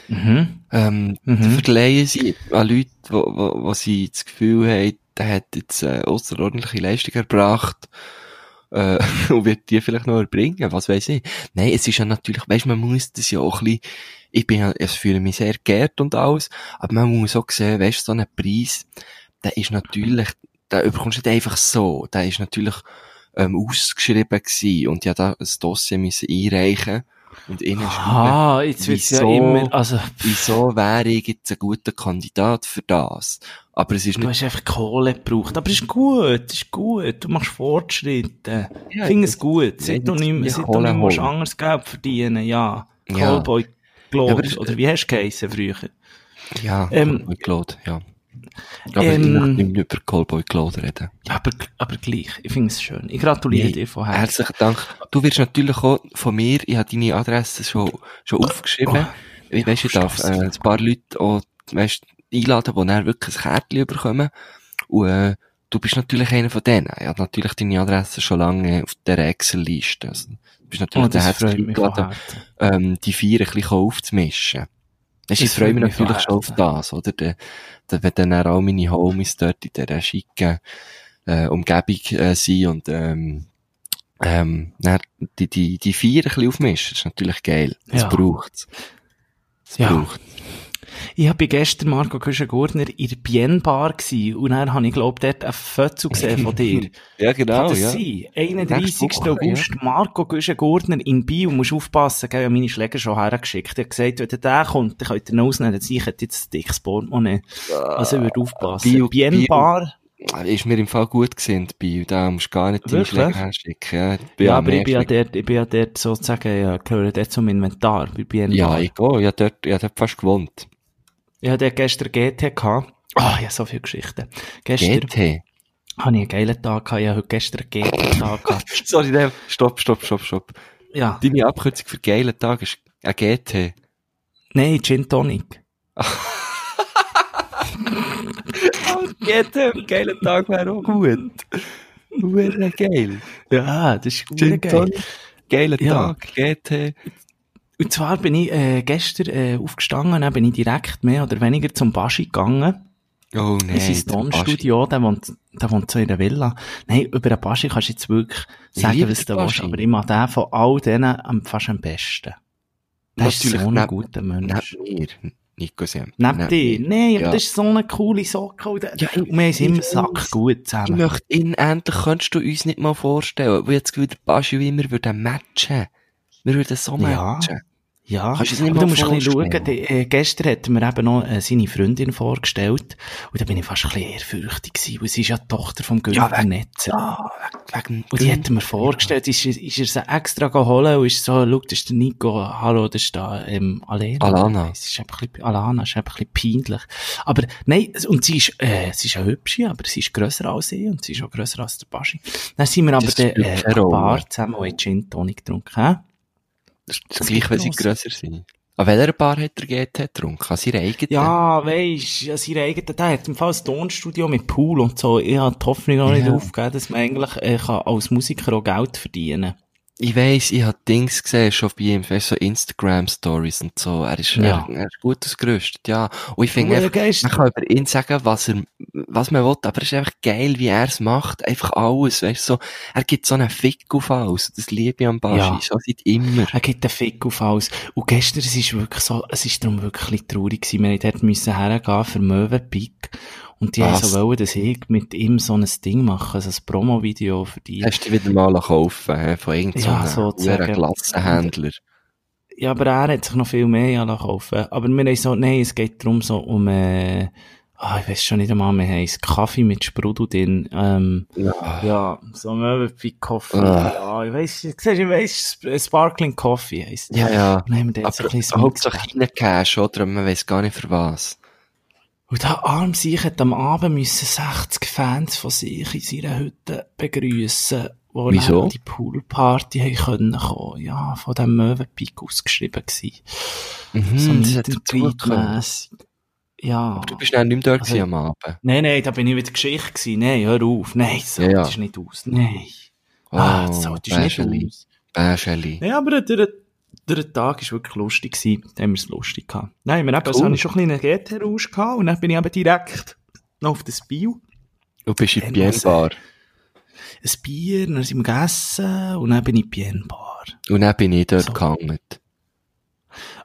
Speaker 3: Mhm.
Speaker 2: Ähm,
Speaker 3: Mhm.
Speaker 2: den verleihen sie an Leute, wo, wo, wo sie das Gefühl haben, der hat jetzt äh, außerordentliche Leistung erbracht äh, und wird die vielleicht noch erbringen, was weiß ich. Nein, es ist ja natürlich, weißt man muss das ja auch ein bisschen, ich bin ja, ich fühle mich sehr geehrt und alles, aber man muss auch sehen, weißt so einen Preis, der ist natürlich, der überkommst du nicht einfach so, der ist natürlich ähm, ausgeschrieben gewesen und ja da ein Dossier müssen einreichen und innen schreiben
Speaker 3: Ah, jetzt wird's ja
Speaker 2: Wieso?
Speaker 3: immer, also,
Speaker 2: wieso wäre ich jetzt ein guter Kandidat für das? Aber es ist
Speaker 3: du
Speaker 2: nicht,
Speaker 3: hast einfach Kohle gebraucht. Aber ist gut, ist gut. Du machst Fortschritte. Ich
Speaker 2: Ja,
Speaker 3: finde
Speaker 2: das-
Speaker 3: es gut.
Speaker 2: Ja,
Speaker 3: Seit du
Speaker 2: jetzt-
Speaker 3: nicht
Speaker 2: ja,
Speaker 3: mehr, seit du
Speaker 2: Kohle
Speaker 3: nicht musst
Speaker 2: holen.
Speaker 3: anderes Geld verdienen, ja.
Speaker 2: Ja.
Speaker 3: Callboy
Speaker 2: Ja, aber
Speaker 3: Claude.
Speaker 2: das-
Speaker 3: Oder wie hast du geheissen früher?
Speaker 2: ja,
Speaker 3: Ähm,
Speaker 2: Callboy Claude, ja. Aber ich
Speaker 3: ähm,
Speaker 2: möchte nicht mehr über Callboy Claude reden.
Speaker 3: Ja, aber, aber gleich. Ich finde es schön. Ich gratuliere
Speaker 2: Nee,
Speaker 3: dir von Herzen.
Speaker 2: Herzlichen Dank. Du wirst natürlich auch von mir, ich habe deine Adresse schon,
Speaker 3: Oh,
Speaker 2: schon aufgeschrieben. Ich weiss, ich darf äh, ein paar Leute auch, weißt, einladen, die dann wirklich ein Kärtchen bekommen. Und, äh, du bist natürlich einer von denen. Ich habe natürlich deine Adresse schon lange auf der Excel-Liste. Also, du bist natürlich
Speaker 3: Oh, das
Speaker 2: herzlich
Speaker 3: freut mich von
Speaker 2: eingeladen.
Speaker 3: Herzen.
Speaker 2: ähm, die vier ein bisschen aufzumischen. Weisst, ich
Speaker 3: Das
Speaker 2: freue mich
Speaker 3: freut mich
Speaker 2: natürlich schon
Speaker 3: von
Speaker 2: auf das, oder? Da, da, wenn dann auch meine Homies dort in dieser schicken äh, Umgebung äh, sind und ähm, ähm, dann die, die, die vier ein bisschen aufmischen, das ist natürlich geil. Das
Speaker 3: Ja.
Speaker 2: braucht's. Das
Speaker 3: Ja.
Speaker 2: braucht's.
Speaker 3: Ich hab bei gestern Marco Küschen-Gurner in der Bien Bar gewesen, und dann habe ich, glaub, dort einen Fötzel gesehen von dir.
Speaker 2: Ja, genau,
Speaker 3: Kann das
Speaker 2: ja.
Speaker 3: sein? 31.
Speaker 2: Nächste Woche,
Speaker 3: August, Marco Güschen-Gurtner in Bio, musst aufpassen, gell, ich habe meine Schläger schon hergeschickt. Er hat gesagt, wenn der da kommt, dann könnt ihr ihn ausnehmen, ich hätte jetzt ein dickes Portemonnaie. Also, ich würde aufpassen.
Speaker 2: Bio-
Speaker 3: Bio, Bien
Speaker 2: Bio-
Speaker 3: Bar,
Speaker 2: Äh, Ist mir im Fall gut gesehen dabei. Da musst du gar nicht deine
Speaker 3: Wirklich?
Speaker 2: Schläge hinschicken. Ja, ich bin
Speaker 3: ja,
Speaker 2: am
Speaker 3: aber ich bin ja
Speaker 2: Meer-
Speaker 3: dort, ich bin ja dort sozusagen, ja, gehöre dort zum Inventar, bei Bien
Speaker 2: Ja,
Speaker 3: Bar.
Speaker 2: ich gehe. Ich hab dort, ich hab dort fast gewohnt.
Speaker 3: Ich hatte gestern GT gehabt. Ah, ja, so viele Geschichten. Gestern
Speaker 2: GT.
Speaker 3: hatte ich einen geilen Tag gehabt, ich habe heute gestern GT-Tag gehabt.
Speaker 2: Sorry, nein. Stopp, stopp, stopp, stopp.
Speaker 3: Ja.
Speaker 2: Deine Abkürzung für geilen Tag ist ein GT.
Speaker 3: Nein, Gin Tonic.
Speaker 2: GT, am geilen Tag wäre auch gut. Hure geil.
Speaker 3: Ja, das ist
Speaker 2: Gin
Speaker 3: geil.
Speaker 2: Tonic, Geiler
Speaker 3: Ja.
Speaker 2: Tag, GT.
Speaker 3: Und zwar bin ich äh, gestern äh, aufgestanden, dann bin ich direkt mehr oder weniger zum Baschi gegangen.
Speaker 2: Oh
Speaker 3: Hey,
Speaker 2: nein.
Speaker 3: das ist
Speaker 2: der
Speaker 3: ein
Speaker 2: Basti.
Speaker 3: Studio, der wohnt, der wohnt so in der Villa. Nein, über den Baschi kannst du jetzt wirklich
Speaker 2: Ich
Speaker 3: sagen,
Speaker 2: liebe
Speaker 3: was du
Speaker 2: den
Speaker 3: willst,
Speaker 2: Baschi.
Speaker 3: aber ich mache den von all denen am, fast am besten. Das ist
Speaker 2: Natürlich
Speaker 3: so ein
Speaker 2: neben-
Speaker 3: guter Mensch.
Speaker 2: Neben mir, Nico Semper.
Speaker 3: Neben dir? Nein, aber
Speaker 2: Ja.
Speaker 3: das ist so eine coole Socke. Und, der-
Speaker 2: Ja, ich-
Speaker 3: und wir sind
Speaker 2: ich
Speaker 3: immer
Speaker 2: weiß.
Speaker 3: sackgut
Speaker 2: Ich
Speaker 3: zusammen.
Speaker 2: möchte ihn endlich, könntest du uns nicht mal vorstellen, weil jetzt wieder Baschi wie wir würden matchen. Wir würden so
Speaker 3: Ja.
Speaker 2: matchen.
Speaker 3: Ja,
Speaker 2: Kannst du es nicht
Speaker 3: aber du
Speaker 2: mal
Speaker 3: musst ein bisschen
Speaker 2: vorstellen?
Speaker 3: schauen. Die, äh, gestern hat mir eben noch äh, seine Freundin vorgestellt und da bin ich fast ein bisschen ehrfürchtig gewesen, weil sie ist ja die Tochter vom Günther
Speaker 2: weg-
Speaker 3: Netzer.
Speaker 2: Wegen
Speaker 3: Und die hat mir vorgestellt, ist, ist er sie extra geholt und ist so, schau, das ist der Nico, hallo, das ist da, ähm, Alena.
Speaker 2: Alana.
Speaker 3: Es ist einfach ein bisschen, Alana, es ist einfach ein bisschen peinlich. Aber nein, es- und sie ist, äh, sie ist ja hübsch, aber sie ist grösser als ich und sie ist auch grösser als der Baschi. Dann sind wir aber
Speaker 2: Das
Speaker 3: dann,
Speaker 2: spielt
Speaker 3: äh,
Speaker 2: keine
Speaker 3: ein
Speaker 2: Rolle.
Speaker 3: paar zusammen und haben Gin Tonic getrunken. hä?
Speaker 2: Das ist
Speaker 3: Das
Speaker 2: das gleiche,
Speaker 3: gibt
Speaker 2: wenn sie
Speaker 3: los.
Speaker 2: grösser sind. An welcher Bar hat der GT getrunken? An seiner eigenen?
Speaker 3: Ja, weisst, ja, seine eigene, der hat im Fall ein Tonstudio mit Pool und so. Ich habe die Hoffnung noch nicht
Speaker 2: Ja.
Speaker 3: aufgegeben, dass man eigentlich äh, kann als Musiker auch Geld verdienen
Speaker 2: Ich weiss, ich hab Dings gesehen, schon bei ihm, weißt, so Instagram-Stories und so. Er ist,
Speaker 3: Ja.
Speaker 2: er, er ist gut ausgerüstet, ja. Und ich finde
Speaker 3: Hure
Speaker 2: einfach,
Speaker 3: geil.
Speaker 2: man kann über ihn sagen, was er, was man will, aber es ist einfach geil, wie er es macht. Einfach alles, weißt, so, er gibt so einen Fick auf alles. Das liebe ich am Baschi,
Speaker 3: Ja.
Speaker 2: so seit immer.
Speaker 3: Er gibt den Fick auf alles. Und gestern, es ist wirklich so, es ist darum wirklich ein bisschen traurig gewesen. Wir mussten dort müssen hergehen für Möwenpick. Und die haben
Speaker 2: Was?
Speaker 3: so wollen, dass ich mit ihm so ein Ding mache, so ein Promo-Video für die.
Speaker 2: Hast du dich wieder mal kaufen, hä? von
Speaker 3: Ja,
Speaker 2: irgendeinem so
Speaker 3: sozusagen.
Speaker 2: Klassenhändler.
Speaker 3: Ja, aber er hat sich noch viel mehr lassen kaufen. Aber wir haben so, nein, es geht darum so um, äh, ah, ich weiß schon nicht einmal mehr, heißt Kaffee mit Sprudel drin, ähm,
Speaker 2: Ja.
Speaker 3: ja, so Möwenpick Kaffee,
Speaker 2: Ah.
Speaker 3: ja, ich weiss, ich siehst, ich weiss, Sp- äh, Sparkling Coffee heisst.
Speaker 2: Ja, ja.
Speaker 3: Und dann haben wir dort so ein
Speaker 2: Aber
Speaker 3: bisschen
Speaker 2: hauptsächlich keinen Cash, oder? Man weiss gar nicht für was.
Speaker 3: Und der arm sich hat am Abend müssen 60 Fans von sich in seiner Hütte begrüßen, wo
Speaker 2: Wieso?
Speaker 3: dann an die Poolparty haben können kommen. Ja, von dem Möwenpick ausgeschrieben gewesen.
Speaker 2: Mhm,
Speaker 3: so
Speaker 2: das hat
Speaker 3: mit dem
Speaker 2: dazugehört.
Speaker 3: Beatmässig. Ja.
Speaker 2: Du bist dann nicht mehr dort
Speaker 3: Also-
Speaker 2: gewesen am Abend.
Speaker 3: Nein, nein, da bin ich wieder Geschichte gewesen. Nein, hör auf. Nein, das
Speaker 2: Ja, Oh, ja.
Speaker 3: solltest du nicht aus. Nein. ah, das solltest du nicht
Speaker 2: Bäscheli,
Speaker 3: aus.
Speaker 2: Bäscheli.
Speaker 3: Nein, aber der, der Tag war wirklich lustig gewesen. Da haben wir es lustig gehabt. Nein, wir haben,
Speaker 2: Cool.
Speaker 3: so habe ich schon einen kleinen GT-Rausch gehabt und dann bin ich eben direkt noch auf das Bio.
Speaker 2: Du bist in
Speaker 3: Dann
Speaker 2: Bien
Speaker 3: muss er-
Speaker 2: Bar.
Speaker 3: ein Bier, dann sind wir gegessen und dann bin ich in die Bien Bar.
Speaker 2: Und dann bin ich dort
Speaker 3: So.
Speaker 2: gehangen.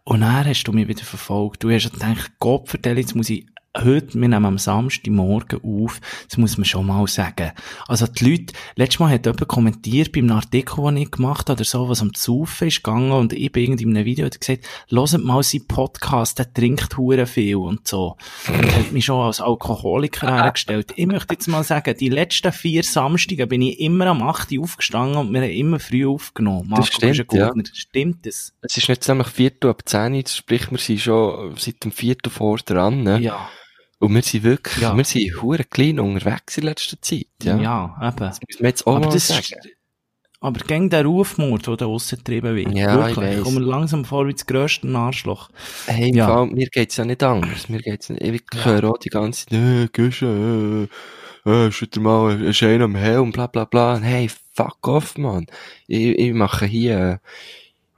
Speaker 3: Und dann hast du mich wieder verfolgt. Du hast ja gedacht, Gott vertell, jetzt muss ich heute, wir nehmen am Samstagmorgen auf, das muss man schon mal sagen. Also die Leute, letztes Mal hat jemand kommentiert beim Artikel, den ich gemacht habe, oder so, was am Zaufen ist gegangen und ich bin irgendwie in einem Video hat er gesagt, hört mal seinen Podcast, der trinkt hure viel und so. Und hat mich schon als Alkoholiker hergestellt. Ich möchte jetzt mal sagen, die letzten vier Samstage bin ich immer am 8 Uhr aufgestanden und wir haben immer früh aufgenommen. Marco, du bist
Speaker 2: stimmt, ja.
Speaker 3: Gurtner. Stimmt das?
Speaker 2: Es ist jetzt nämlich Viertel ab 10 Uhr, sprich, wir sind schon seit dem Viertel vor dran. ne?
Speaker 3: Ja.
Speaker 2: Und wir sind wirklich,
Speaker 3: Ja.
Speaker 2: wir sind hure klein unterwegs in letzter Zeit. Ja.
Speaker 3: Ja, eben.
Speaker 2: Das muss man jetzt auch
Speaker 3: Aber
Speaker 2: mal
Speaker 3: das
Speaker 2: sagen.
Speaker 3: ist, aber gegen den Rufmord, der da aussen getrieben wird.
Speaker 2: Ja, ich
Speaker 3: Wirklich.
Speaker 2: weiss.
Speaker 3: Ich komme mir langsam vor wie das grösste Arschloch.
Speaker 2: Hey, im
Speaker 3: Ja.
Speaker 2: Fall, mir geht's ja nicht anders. Mir geht's nicht, ich höre auch die ganze Zeit, äh, Güsche, äh, äh, ist wieder mal, äh, ist einer am Helm, bla, bla, bla. Und Hey, fuck off, man. Ich, ich mache hier, äh,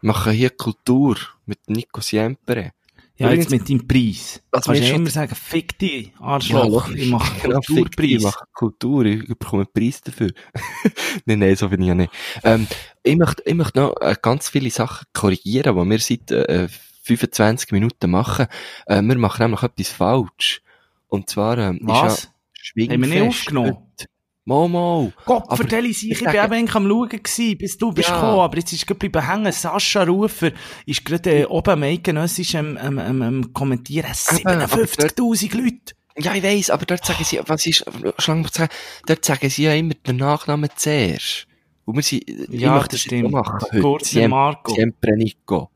Speaker 2: mache hier Kultur mit Nico Siempre.
Speaker 3: Ja,
Speaker 2: Übrigens-
Speaker 3: jetzt mit deinem Preis.
Speaker 2: Was
Speaker 3: Kannst
Speaker 2: mir
Speaker 3: du ja
Speaker 2: schon-
Speaker 3: immer sagen, fick dich,
Speaker 2: Ja,
Speaker 3: Arschloch.
Speaker 2: logisch.
Speaker 3: ich mache
Speaker 2: Genau,
Speaker 3: einen
Speaker 2: fick dich, Ich
Speaker 3: Kulturpreis.
Speaker 2: mache Kultur, ich bekomme einen Preis dafür. nein, nein, so bin ich ja nicht. Ähm, ich möchte, ich möchte noch äh, ganz viele Sachen korrigieren, die wir seit äh, 25 Minuten machen. Äh, wir machen nämlich etwas falsch. Und zwar ähm,
Speaker 3: Was?
Speaker 2: Schwingfest.
Speaker 3: Haben wir nicht aufgenommen?
Speaker 2: heute. Mal, mal.
Speaker 3: Gott,
Speaker 2: Aber
Speaker 3: vertell ich
Speaker 2: ich
Speaker 3: sicher, ich
Speaker 2: sage-
Speaker 3: bin eben eigentlich am Schauen gewesen, bis du bist
Speaker 2: Ja.
Speaker 3: gekommen, aber jetzt ist gerade bleiben hängen, Sascha Rufer ist gerade äh, oben am Eidgenössisch am, am, am, am Kommentieren,
Speaker 2: Eben, aber
Speaker 3: 57'000 Leute.
Speaker 2: Ja, ich weiss, aber dort sagen sie, was ist, Schlange zu sagen, dort sagen sie ja immer den Nachnamen zuerst. Und wir sind, ich
Speaker 3: Ja,
Speaker 2: möchte
Speaker 3: das
Speaker 2: das nicht
Speaker 3: stimmt.
Speaker 2: machen heute.
Speaker 3: Gurtner
Speaker 2: Siem-
Speaker 3: Marco.
Speaker 2: Siempre Nico.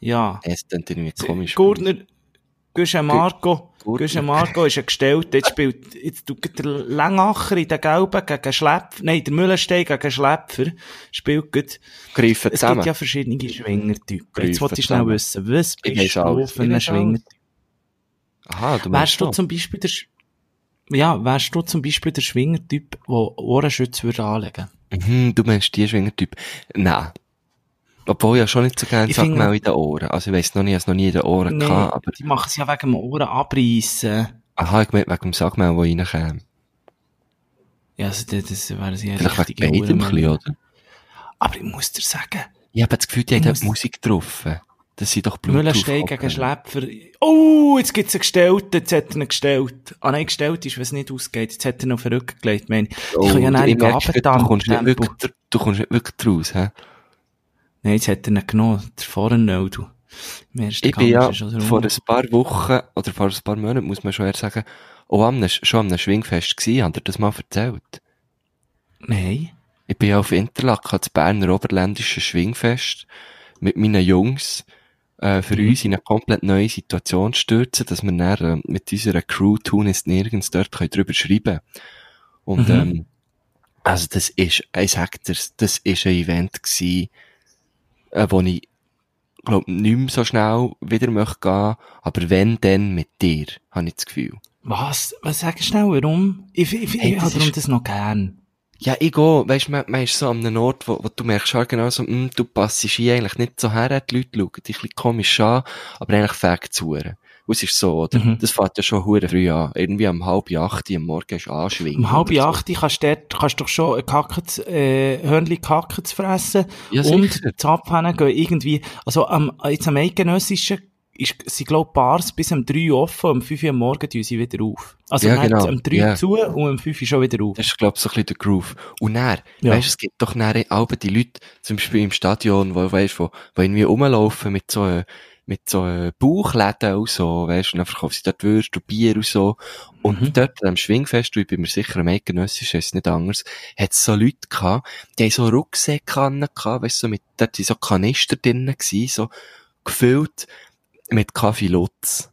Speaker 3: Ja.
Speaker 2: Es klingt irgendwie
Speaker 3: Äh,
Speaker 2: komisch.
Speaker 3: Gurtner, Gusche Marco,
Speaker 2: Gurtner.
Speaker 3: Gusche Marco ist ein Gestellter, jetzt spielt, jetzt tut der Längacher in den Gelben gegen Schläpfer, nein, der Mühlenstein gegen Schläpfer, spielt gut.
Speaker 2: Greifen
Speaker 3: Es
Speaker 2: zusammen.
Speaker 3: gibt ja verschiedene Schwingertypen.
Speaker 2: Prüfen
Speaker 3: Jetzt wollte ich schnell
Speaker 2: zusammen.
Speaker 3: wissen, was
Speaker 2: Ich
Speaker 3: bist
Speaker 2: weiss
Speaker 3: du
Speaker 2: alles.
Speaker 3: für
Speaker 2: Ich
Speaker 3: einen
Speaker 2: weiss
Speaker 3: Schwinger?
Speaker 2: Aha, du meinst
Speaker 3: Wärst du
Speaker 2: schon.
Speaker 3: zum Beispiel der, Sch- ja, wärst du zum Beispiel der Schwingertyp, der Ohrenschütze würde anlegen?
Speaker 2: Mhm, du meinst die Schwingertyp. Nein. Obwohl ich ja schon nicht so gerne
Speaker 3: Ich
Speaker 2: sag
Speaker 3: finde-
Speaker 2: mal in den Ohren. Also ich weiss noch nie, ich hab's noch nie in den Ohren
Speaker 3: Nee,
Speaker 2: gehabt, aber,
Speaker 3: die machen es ja wegen dem Ohren abreißen.
Speaker 2: aha, ich meinte wegen dem Sagmel, der reinkäme.
Speaker 3: Ja, also das, das wäre sehr
Speaker 2: Vielleicht
Speaker 3: richtige
Speaker 2: wegen beidem ein
Speaker 3: Ohrenmänner.
Speaker 2: bisschen, oder?
Speaker 3: Aber ich muss dir sagen,
Speaker 2: Ich habe das Gefühl, die haben
Speaker 3: Ich
Speaker 2: dort
Speaker 3: muss-
Speaker 2: Musik getroffen. Das sind doch Bluetooth.
Speaker 3: Mühlenstein gegen
Speaker 2: Kopfhörer.
Speaker 3: Schläpfer. Oh, jetzt gibt's einen Gestellten, jetzt hat er ihn gestellt. Ah nein, gestellt ist, wenn es nicht ausgeht. Jetzt hat er noch verrückt gelegt, meine ich. Die können ja
Speaker 2: Oh, du-
Speaker 3: nachher
Speaker 2: ich
Speaker 3: im
Speaker 2: merk's grad, Du kommst nicht
Speaker 3: Abendtempo.
Speaker 2: wirklich, dr- du kommst nicht wirklich raus, hä?
Speaker 3: Nein, jetzt hat er ihn genommen. Der Vorne du. Im ersten
Speaker 2: Ich bin ja
Speaker 3: ist er schon
Speaker 2: vor
Speaker 3: rum.
Speaker 2: ein paar Wochen, oder vor ein paar Monaten, muss man schon eher sagen, auch am, ne- schon am ne Schwingfest gewesen, hat er das mal erzählt.
Speaker 3: Nein.
Speaker 2: Ich bin ja auf Interlaken, das Berner Oberländische Schwingfest, mit meinen Jungs, äh, für
Speaker 3: Mhm.
Speaker 2: uns in eine komplett neue Situation stürzen, dass wir dann, äh, mit unserer Crew tun ist nirgends dort können drüber schreiben. Und,
Speaker 3: Mhm.
Speaker 2: ähm, also das ist, ich sag dir's, das ist ein Event gewesen, äh, wo ich, glaub, nicht mehr so schnell wieder möchte gehen, aber wenn, dann mit dir, habe ich das Gefühl.
Speaker 3: Was? Was sag schnell, warum? Ich, ich, ich,
Speaker 2: Hey,
Speaker 3: ich
Speaker 2: das
Speaker 3: habe darum
Speaker 2: ist-
Speaker 3: das noch gern.
Speaker 2: Ja, ich gehe, weisst, man, man ist so an einem Ort, wo, wo du merkst halt genau so, mm, du passest hier eigentlich nicht so her, die Leute schauen dich ein bisschen komisch an, aber eigentlich fängt es an. Und es ist so, oder?
Speaker 3: Mhm.
Speaker 2: Das fängt ja schon hure früh an. Irgendwie am halb acht am Morgen ist anschwingen.
Speaker 3: Um halb
Speaker 2: oder so.
Speaker 3: acht kannst du dort, kannst doch schon ein Kackens, äh, Hörnli Kackens fressen.
Speaker 2: Ja,
Speaker 3: und
Speaker 2: sicher.
Speaker 3: die Zapfhähne gehen irgendwie, also am, jetzt am Eidgenössischen ist, sind, glaub, Bars bis um 3 offen, um 5 Uhr am Morgen tun sie wieder auf. Also,
Speaker 2: Ja,
Speaker 3: dann
Speaker 2: genau.
Speaker 3: um 3
Speaker 2: Ja.
Speaker 3: zu und um 5 Uhr schon wieder auf.
Speaker 2: Das ist, glaub ich, so ein bisschen der Groove. Und dann,
Speaker 3: Ja.
Speaker 2: weisst, es gibt doch dann auch die Leute, zum Beispiel im Stadion, wo, weisst, wo, wo irgendwie rumlaufen mit so, äh, mit so äh, Bauchläden und so, weisst, und dann verkaufen sie dort Würste und Bier und so. Und
Speaker 3: Mhm.
Speaker 2: dort am Schwingfest, und ich bin mir sicher, am Eidgenössischen ist es nicht anders, hat es so Leute gehabt, die haben so Rucksäcke gehabt, weisst, so mit, dort sind so Kanister drinnen gewesen, so gefüllt mit Kaffee Lutz.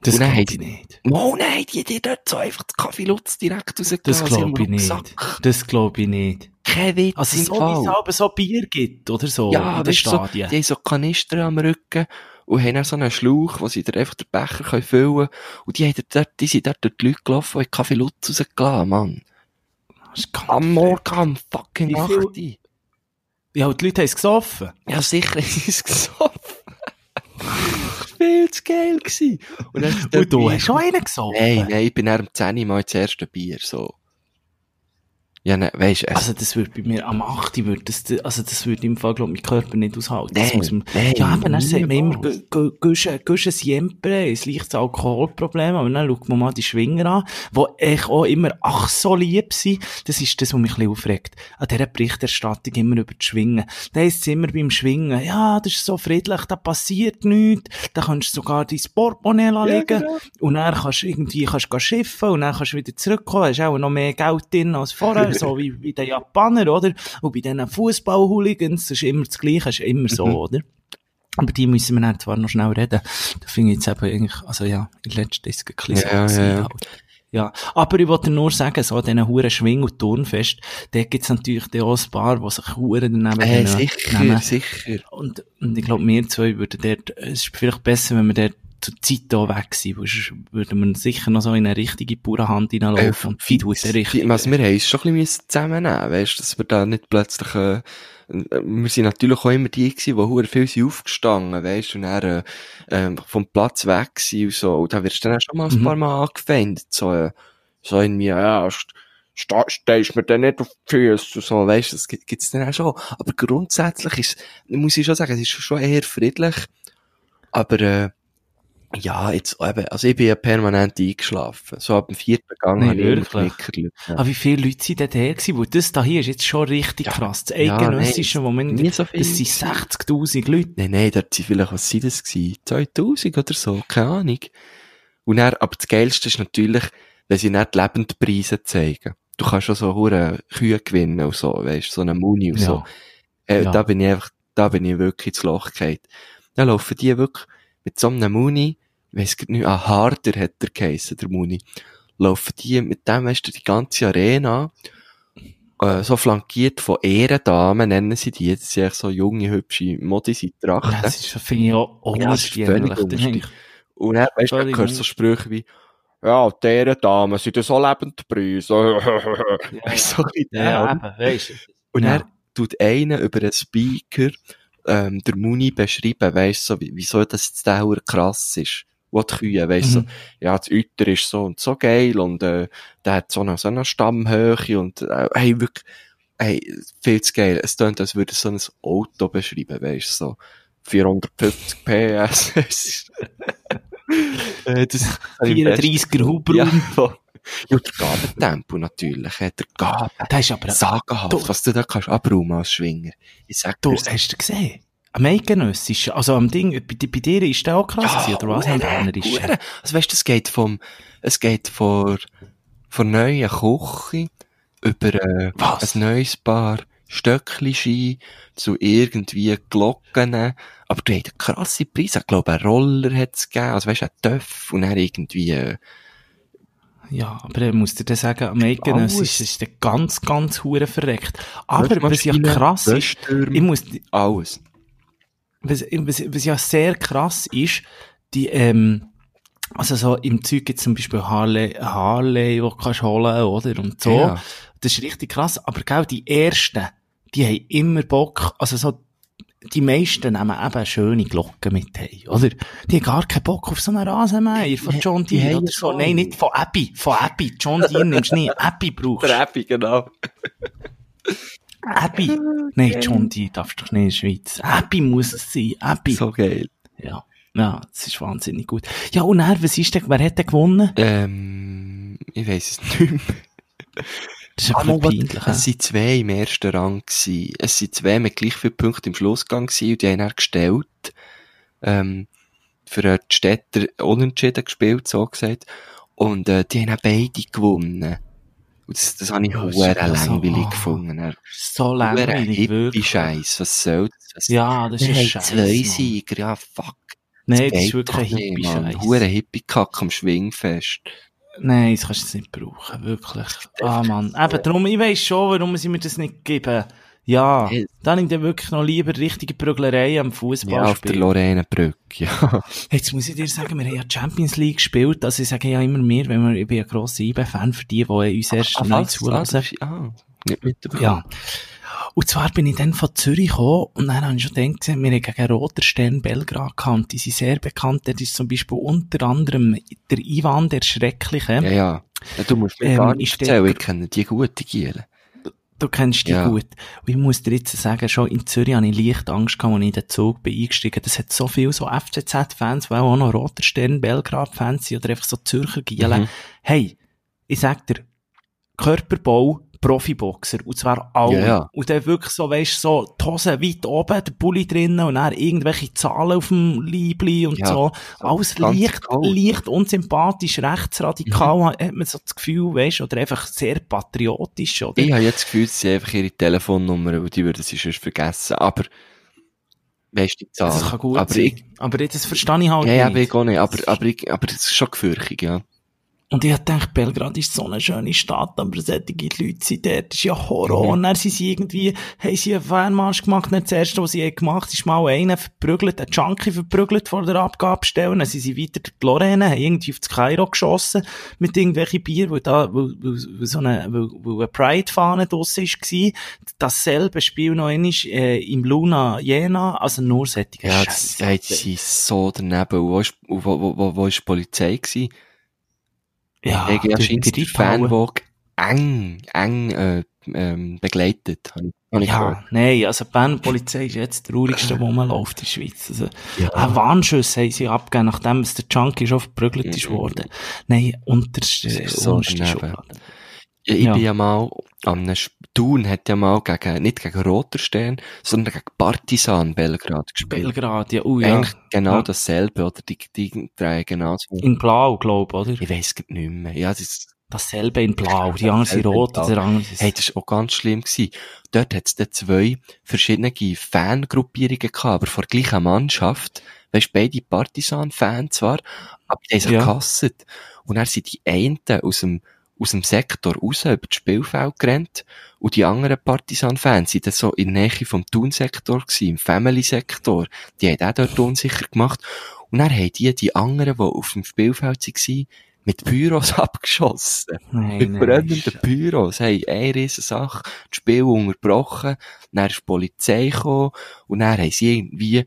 Speaker 3: Das
Speaker 2: Und dann
Speaker 3: glaube
Speaker 2: haben-
Speaker 3: ich nicht.
Speaker 2: Oh nein, die, die dort so einfach den Kaffee Lutz direkt rausgegeben.
Speaker 3: Das
Speaker 2: aus ihrem
Speaker 3: glaube ich nicht.
Speaker 2: Rucksack.
Speaker 3: Das glaube ich nicht.
Speaker 2: Kein Witz
Speaker 3: Also,
Speaker 2: im
Speaker 3: so wie es
Speaker 2: Fall.
Speaker 3: aber so Bier gibt, oder so,
Speaker 2: Ja,
Speaker 3: in den
Speaker 2: weisst du, so,
Speaker 3: Stadien.
Speaker 2: die haben so Kanister am Rücken und haben dann so einen Schlauch, wo sie dann einfach den Becher können füllen können. Und die, haben dort, die sind dort durch die Leute gelaufen und haben Kaffee Lutz rausgelassen, Mann.
Speaker 3: Das ist ganz
Speaker 2: Am
Speaker 3: verrückt.
Speaker 2: Morgen, am fucking
Speaker 3: Wie viel-
Speaker 2: 8. Uhr.
Speaker 3: Ja, und die Leute haben es gesoffen.
Speaker 2: Ja, sicher, es ist gesoffen. Viel zu geil gewesen. Und, dann
Speaker 3: Und du hast schon einen gesoffen.
Speaker 2: Nein, nein, ich bin dann am 10 Uhr mal ins erste Bier, so. Ja, nein, weisst, es...
Speaker 3: Also das würde bei mir am 8. Uhr würde das, also das würde im Fall, glaube ich, mein Körper nicht aushalten. Das
Speaker 2: Nein,
Speaker 3: muss man,
Speaker 2: nein,
Speaker 3: ja, aber dann sagt man immer,
Speaker 2: niemals.
Speaker 3: gu- gu- Gusche Gusche siempre, ein leichtes Alkoholproblem, aber dann schaut man mal die Schwinger an, die echt auch immer ach so lieb sind. Das ist das, was mich ein bisschen aufregt. An dieser Berichterstattung immer über die Schwingen. Da heisst es immer beim Schwingen, ja, das ist so friedlich, da passiert nichts, da kannst du sogar dein Portemonnaie
Speaker 2: Ja,
Speaker 3: liegen.
Speaker 2: genau.
Speaker 3: Und dann kannst du irgendwie kannst du schiffen und dann kannst du wieder zurückkommen. hast auch noch mehr Geld drin als vorher, so wie bei den Japanern, oder? Und bei diesen Fußball-Hooligans das ist immer das Gleiche, ist immer so,
Speaker 2: Mhm.
Speaker 3: oder? Aber die müssen wir dann zwar noch schnell reden. Da finde ich jetzt eben eigentlich, also ja, in letzter Zeit ein bisschen
Speaker 2: Ja,
Speaker 3: so
Speaker 2: ja, ja.
Speaker 3: gewesen halt. Ja, aber ich wollte nur sagen, so an diesen Huren Schwing- und Turnfest, da gibt's natürlich dann auch ein paar, die sich Huren daneben
Speaker 2: Äh,
Speaker 3: nehmen.
Speaker 2: sicher, sicher.
Speaker 3: Und, und ich glaube, wir zwei würden dort, es ist vielleicht besser, wenn wir dort zur Zeit auch weg sind, weil sonst würden wir sicher noch so in eine richtige Bauernhand
Speaker 2: Äh,
Speaker 3: hineinlaufen und die tut der
Speaker 2: Die-
Speaker 3: richtig.
Speaker 2: Also, wir haben es schon ein bisschen zusammennehmen, weißt, dass wir da nicht plötzlich, äh, äh, wir sind natürlich auch immer die gewesen, die hure viel sind aufgestanden, weißt, und dann, äh, äh, vom Platz weg sind und so. Und da wirst du dann auch schon mal ein
Speaker 3: Mhm.
Speaker 2: paar Mal angefeindet, so, äh, so in mir, ja, st- sta- stehst mir dann nicht auf die Füße und so, weißt, das gibt- gibt's dann auch schon. Aber grundsätzlich ist, muss ich schon sagen, es ist schon eher friedlich. Aber, äh, ja, jetzt eben, also ich bin ja permanent eingeschlafen. So ab dem vierten Gang
Speaker 3: Nein,
Speaker 2: habe ich immer
Speaker 3: wirklich? Ah,
Speaker 2: geknickert. Ja.
Speaker 3: Aber wie viele Leute sind denn da gewesen? Weil das da hier ist jetzt schon richtig
Speaker 2: Ja.
Speaker 3: krass. Das
Speaker 2: Ja,
Speaker 3: eidgenössische Moment,
Speaker 2: nie so viel.
Speaker 3: das sind 60.000 Leute.
Speaker 2: Nein, nein, dort sind vielleicht, was sind das gewesen? 2000 oder so, keine Ahnung. Und dann, aber das Geilste ist natürlich, wenn sie nicht Lebendpreise zeigen. Du kannst schon so hure Kühe gewinnen und so, weißt, so eine Muni und so. Äh,
Speaker 3: Ja.
Speaker 2: Da bin ich einfach, da bin ich wirklich ins Loch gefallen. Dann laufen die wirklich mit so einem Muni, ich weiss grad nicht, ah, Harder hat der geheissen, der Muni. Laufen die, mit dem hast du die ganze Arena, äh, so flankiert von Ehrendamen, nennen sie die, das sind eigentlich so junge, hübsche Modis in Trachten.
Speaker 3: Ja, das ist, finde ich auch
Speaker 2: Ja, das ist völlig
Speaker 3: oberst jämmerlich. Das ist
Speaker 2: unverständlich.
Speaker 3: eigentlich-
Speaker 2: Und dann, weißt du, dann
Speaker 3: Völlig
Speaker 2: hörst du so Sprüche wie, ja, die Ehrendamen sind ja so lebend Preise. Weißt du, so wie der.
Speaker 3: Ja, eben, weisst du.
Speaker 2: Und
Speaker 3: Ja.
Speaker 2: er tut einen über einen Speaker, ähm, der Muni beschreiben, weisst so, wie- wieso das zu Dauer krass ist. Wo die Kühe, weisst so,
Speaker 3: Mhm.
Speaker 2: ja, das Euter ist so und so geil und, äh, der hat so eine, so eine Stammhöhe und, äh, hey, wirklich, hey, viel zu geil. Es tönt, als würde so ein Auto beschreiben, weisst so. 450 PS. Es ist- Äh, das
Speaker 3: 34er Hubraum.
Speaker 2: Ja, voll. ja, der Gabentempo natürlich, äh, der Gaben.
Speaker 3: Das ist aber,
Speaker 2: Sagenhaft,
Speaker 3: Du-
Speaker 2: was du da kannst abräumen als Schwinger. Ich sag
Speaker 3: du,
Speaker 2: dir's.
Speaker 3: hast du gesehen? Am eidgenössischen, also am Ding, bei, bei dir ist der auch krass gewesen, oder was?
Speaker 2: Hure,
Speaker 3: Am bernerischen.
Speaker 2: Hure. Also weißt du, es geht vom, es geht von, von neuen Küche über äh,
Speaker 3: Was?
Speaker 2: ein neues Paar Stöckli zu irgendwie Glocken. Aber du hast krasse Preise. Ich glaube, einen Roller hat es gegeben. Also weißt du, einen Töff und dann irgendwie, äh,
Speaker 3: Ja, aber ich muss dir dann sagen, am
Speaker 2: Alles.
Speaker 3: eidgenössischen ist der ganz, ganz hure verreckt. Aber was ja
Speaker 2: Waschmaschine,
Speaker 3: krass ist,
Speaker 2: Wäschtürme,
Speaker 3: ich muss,
Speaker 2: alles.
Speaker 3: was, was, was ja sehr krass ist, die, ähm, also so im Zeug gibt's zum Beispiel Harley, Harley, wo du kannst holen, oder? Und so.
Speaker 2: Ja.
Speaker 3: Das ist richtig krass. Aber genau die ersten, die haben immer Bock, also so, die meisten nehmen eben schöne Glocken mit heim, oder? Die haben gar keinen Bock auf so einen Rasenmäher von
Speaker 2: Die-
Speaker 3: John
Speaker 2: die
Speaker 3: Deere
Speaker 2: haben
Speaker 3: oder
Speaker 2: ja
Speaker 3: so.
Speaker 2: schon-
Speaker 3: Nein, nicht von Abby, von Abby. John Deere nimmst du nicht. Abby brauchst du.
Speaker 2: Treppi, genau.
Speaker 3: Abby. Nein, John Deere darfst du doch nicht in der Schweiz. Abby muss es sein. Abby.
Speaker 2: So geil.
Speaker 3: Ja. Ja, das ist wahnsinnig gut. Ja, und er, was ist denn, wer hat denn gewonnen?
Speaker 2: Ähm, ich weiss es nicht mehr.
Speaker 3: Das ist ein
Speaker 2: Aber
Speaker 3: bisschen
Speaker 2: es
Speaker 3: peinlich. hä?
Speaker 2: sind zwei im ersten Rang gewesen. Es sind zwei mit gleich vielen Punkten im Schlussgang gewesen und die haben dann gestellt, ähm, für äh, die Städter unentschieden gespielt, so gesagt. Und, äh, die haben dann beide gewonnen. Und das, das habe ich
Speaker 3: Ja,
Speaker 2: ja,
Speaker 3: das
Speaker 2: huere
Speaker 3: ist ja so-
Speaker 2: langweilig
Speaker 3: ah.
Speaker 2: gefunden.
Speaker 3: So
Speaker 2: Huere
Speaker 3: langweilig,
Speaker 2: hippie
Speaker 3: wirklich.
Speaker 2: Scheiß. Was soll das? Was
Speaker 3: Ja, das
Speaker 2: Wir
Speaker 3: ist
Speaker 2: haben
Speaker 3: scheiße.
Speaker 2: zwei Sieger, ja, fuck.
Speaker 3: Nein, das ist
Speaker 2: geht
Speaker 3: wirklich
Speaker 2: doch
Speaker 3: ein
Speaker 2: nicht, Mann.
Speaker 3: Hippie-Scheiß.
Speaker 2: Huere Hippie-Kack am Schwingfest.
Speaker 3: Nein, das kannst du nicht brauchen, wirklich. Ah, Mann. Eben, darum, ich weiss schon, warum sie mir das nicht geben. Ja,
Speaker 2: Hey.
Speaker 3: dann nehme ich dann wirklich noch lieber richtige Prüglerei am
Speaker 2: Ja, auf der
Speaker 3: Fußballspiel.
Speaker 2: Lorenenbrücke, ja.
Speaker 3: Jetzt muss ich dir sagen, wir haben ja Champions League gespielt, also ich sage ja immer mehr, wenn wir, ich bin ein grosser IB-Fan für die, die uns erst
Speaker 2: Ah,
Speaker 3: neu
Speaker 2: was?
Speaker 3: zuhören.
Speaker 2: Ah, das ist- ah, nicht mitbekommen.
Speaker 3: Ja. Und zwar bin ich dann von Zürich gekommen und dann habe ich schon gedacht, wir haben gegen Roter Stern Belgrad gehabt. Die sind sehr bekannt. Dort ist zum Beispiel unter anderem der Ivan der Schreckliche.
Speaker 2: Ja, ja. Ja, Du musst mir
Speaker 3: Ähm,
Speaker 2: gar nicht
Speaker 3: ist der-
Speaker 2: erzählen, ich kenne die gute Giele.
Speaker 3: Du kennst die
Speaker 2: Ja.
Speaker 3: gut. Und ich muss dir jetzt sagen, schon in Zürich hatte ich leicht Angst, gehabt, als ich in den Zug bin eingestiegen bin. Das hat so viele so FCZ-Fans, die auch noch Roter Stern, Belgrad-Fans sind oder einfach so Zürcher Giele.
Speaker 2: Mhm.
Speaker 3: Hey, ich sag dir, Körperbau, Profiboxer. Und zwar alle.
Speaker 2: Ja, ja.
Speaker 3: Und dann wirklich so, weisst so, die Hose weit oben, der Pulli drinnen und dann irgendwelche Zahlen auf dem Leibli und
Speaker 2: Ja,
Speaker 3: so. Alles
Speaker 2: ganz Mhm.
Speaker 3: leicht,
Speaker 2: kalt.
Speaker 3: leicht unsympathisch, rechtsradikal, hat man so das Gefühl, weisst oder einfach sehr patriotisch, oder?
Speaker 2: Ich habe jetzt das Gefühl, sie haben einfach ihre Telefonnummer, weil die würden sie sonst vergessen. Aber, weißt du, die Zahl.
Speaker 3: Das kann gut
Speaker 2: aber
Speaker 3: sein.
Speaker 2: Ich,
Speaker 3: aber das verstehe ich halt
Speaker 2: ja, ja, aber
Speaker 3: nicht.
Speaker 2: ich auch nicht. Aber, aber, ich, aber es ist schon gefürchtig, ja.
Speaker 3: Und ich hab gedacht, Belgrad ist so eine schöne Stadt, aber solche Leute sind dort, das ist ja Horror.
Speaker 2: Mhm.
Speaker 3: Und dann sind sie irgendwie, haben sie einen Fernmarsch gemacht, nicht das erste, was sie haben gemacht haben, ist mal einen verprügelt, einen Junkie verprügelt vor der Abgabestelle, dann sind sie weiter durch die Lorraine, haben irgendwie auf das Kairo geschossen mit irgendwelchen Bier, weil da, weil, weil, weil so eine, weil, weil eine Pride-Fahne draussen war. Dasselbe Spiel noch einmal, äh, im Luna Jena, also nur solche
Speaker 2: Ja, das,
Speaker 3: Scheisse.
Speaker 2: hey, die sind so daneben. Und wo ist, und wo, wo, wo, wo ist die Polizei gewesen?
Speaker 3: Ja,
Speaker 2: Hey, ja,
Speaker 3: durch
Speaker 2: scheint
Speaker 3: die
Speaker 2: der
Speaker 3: Pauen.
Speaker 2: Fanwalk eng, eng, äh, ähm, begleitet. Habe ich, habe ich
Speaker 3: Ja,
Speaker 2: gehört.
Speaker 3: nein, also die Berner Polizei ist jetzt der traurigste, wo man läuft in der Schweiz. Also, Ein Warnschuss haben sie abgegeben, nachdem es der Junkie schon verprügelt ist worden. Nein, unterste,
Speaker 2: Das ist so
Speaker 3: unterste
Speaker 2: daneben.
Speaker 3: Schublade.
Speaker 2: Ja, ich
Speaker 3: Ja.
Speaker 2: bin ja mal an einem Sp- Thun hat ja mal gegen, nicht gegen Roter Stern, sondern gegen Partisan Belgrad gespielt.
Speaker 3: Belgrad, ja, ui, ja.
Speaker 2: Eigentlich genau
Speaker 3: Ja.
Speaker 2: dasselbe, oder? Die, die drei genau so.
Speaker 3: In Blau, glaube oder?
Speaker 2: Ich weiss grad nicht mehr. Ja, das ist,
Speaker 3: Dasselbe in Blau, die anderen sind
Speaker 2: Dasselbe in
Speaker 3: rot,
Speaker 2: Blau.
Speaker 3: der andere ist...
Speaker 2: Hey, das war auch ganz schlimm. Gewesen. Dort hat es dann zwei verschiedene Fangruppierungen gehabt, aber von der gleichen Mannschaft. Weißt beide Partisan-Fans zwar, aber die haben sich
Speaker 3: Ja.
Speaker 2: gehasst. Und dann sind die einen aus dem, aus dem Sektor raus über das Spielfeld gerannt und die anderen Partisan-Fans sind dann so in der Nähe vom Turnsektor gewesen, im Family-Sektor. Die haben auch dort unsicher gemacht. Und dann haben die, die anderen, die auf dem Spielfeld waren, mit Pyros abgeschossen.
Speaker 3: nein,
Speaker 2: Mit brennenden Pyros, hey, eine riesen Sache, das Spiel unterbrochen, dann ist die Polizei gekommen, und dann haben sie irgendwie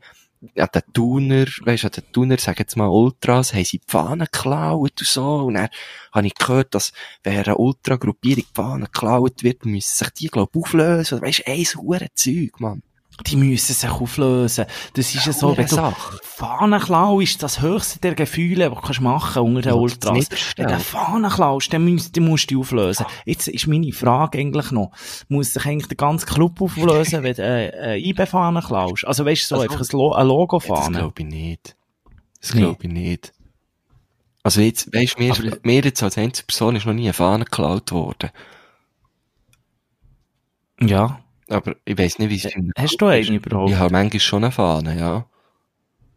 Speaker 2: an den Thuner, weisst du, an den Thuner, sag jetzt mal Ultras, haben sie die Fahnen geklaut und so, und dann habe ich gehört, dass während eine Ultra-Gruppierung die Fahnen geklaut wird, müssen sich die, glaub ich, auflösen, oder weisst du, eins hure Zeug, Mann.
Speaker 3: Die müssen sich auflösen. Das ist ja so, wenn
Speaker 2: Hure
Speaker 3: du
Speaker 2: Sache.
Speaker 3: Fahnenklau ist das höchste der Gefühle, was du kannst machen unter den
Speaker 2: Ja, das
Speaker 3: Ultras.
Speaker 2: ist nicht
Speaker 3: Wenn du Fahnenklau ist, dann musst, dann musst du die auflösen. Jetzt ist meine Frage eigentlich noch, muss sich eigentlich der ganze Club auflösen, wenn du äh, äh, IB-Fahne klaust? Also weißt du, so
Speaker 2: Also-
Speaker 3: einfach ein, Lo ein Logo
Speaker 2: Ja, Das
Speaker 3: fahren.
Speaker 2: glaube ich nicht. Das
Speaker 3: Nee.
Speaker 2: glaube ich nicht. Also jetzt, weisst du, mir,
Speaker 3: Aber-
Speaker 2: mir jetzt als einzige Person ist noch nie eine Fahne geklaut worden.
Speaker 3: Ja.
Speaker 2: Aber ich weiss nicht, wie es in einem
Speaker 3: Hast
Speaker 2: Club
Speaker 3: du
Speaker 2: ist.
Speaker 3: einen überhaupt?
Speaker 2: Ich habe manchmal schon eine Fahne, ja.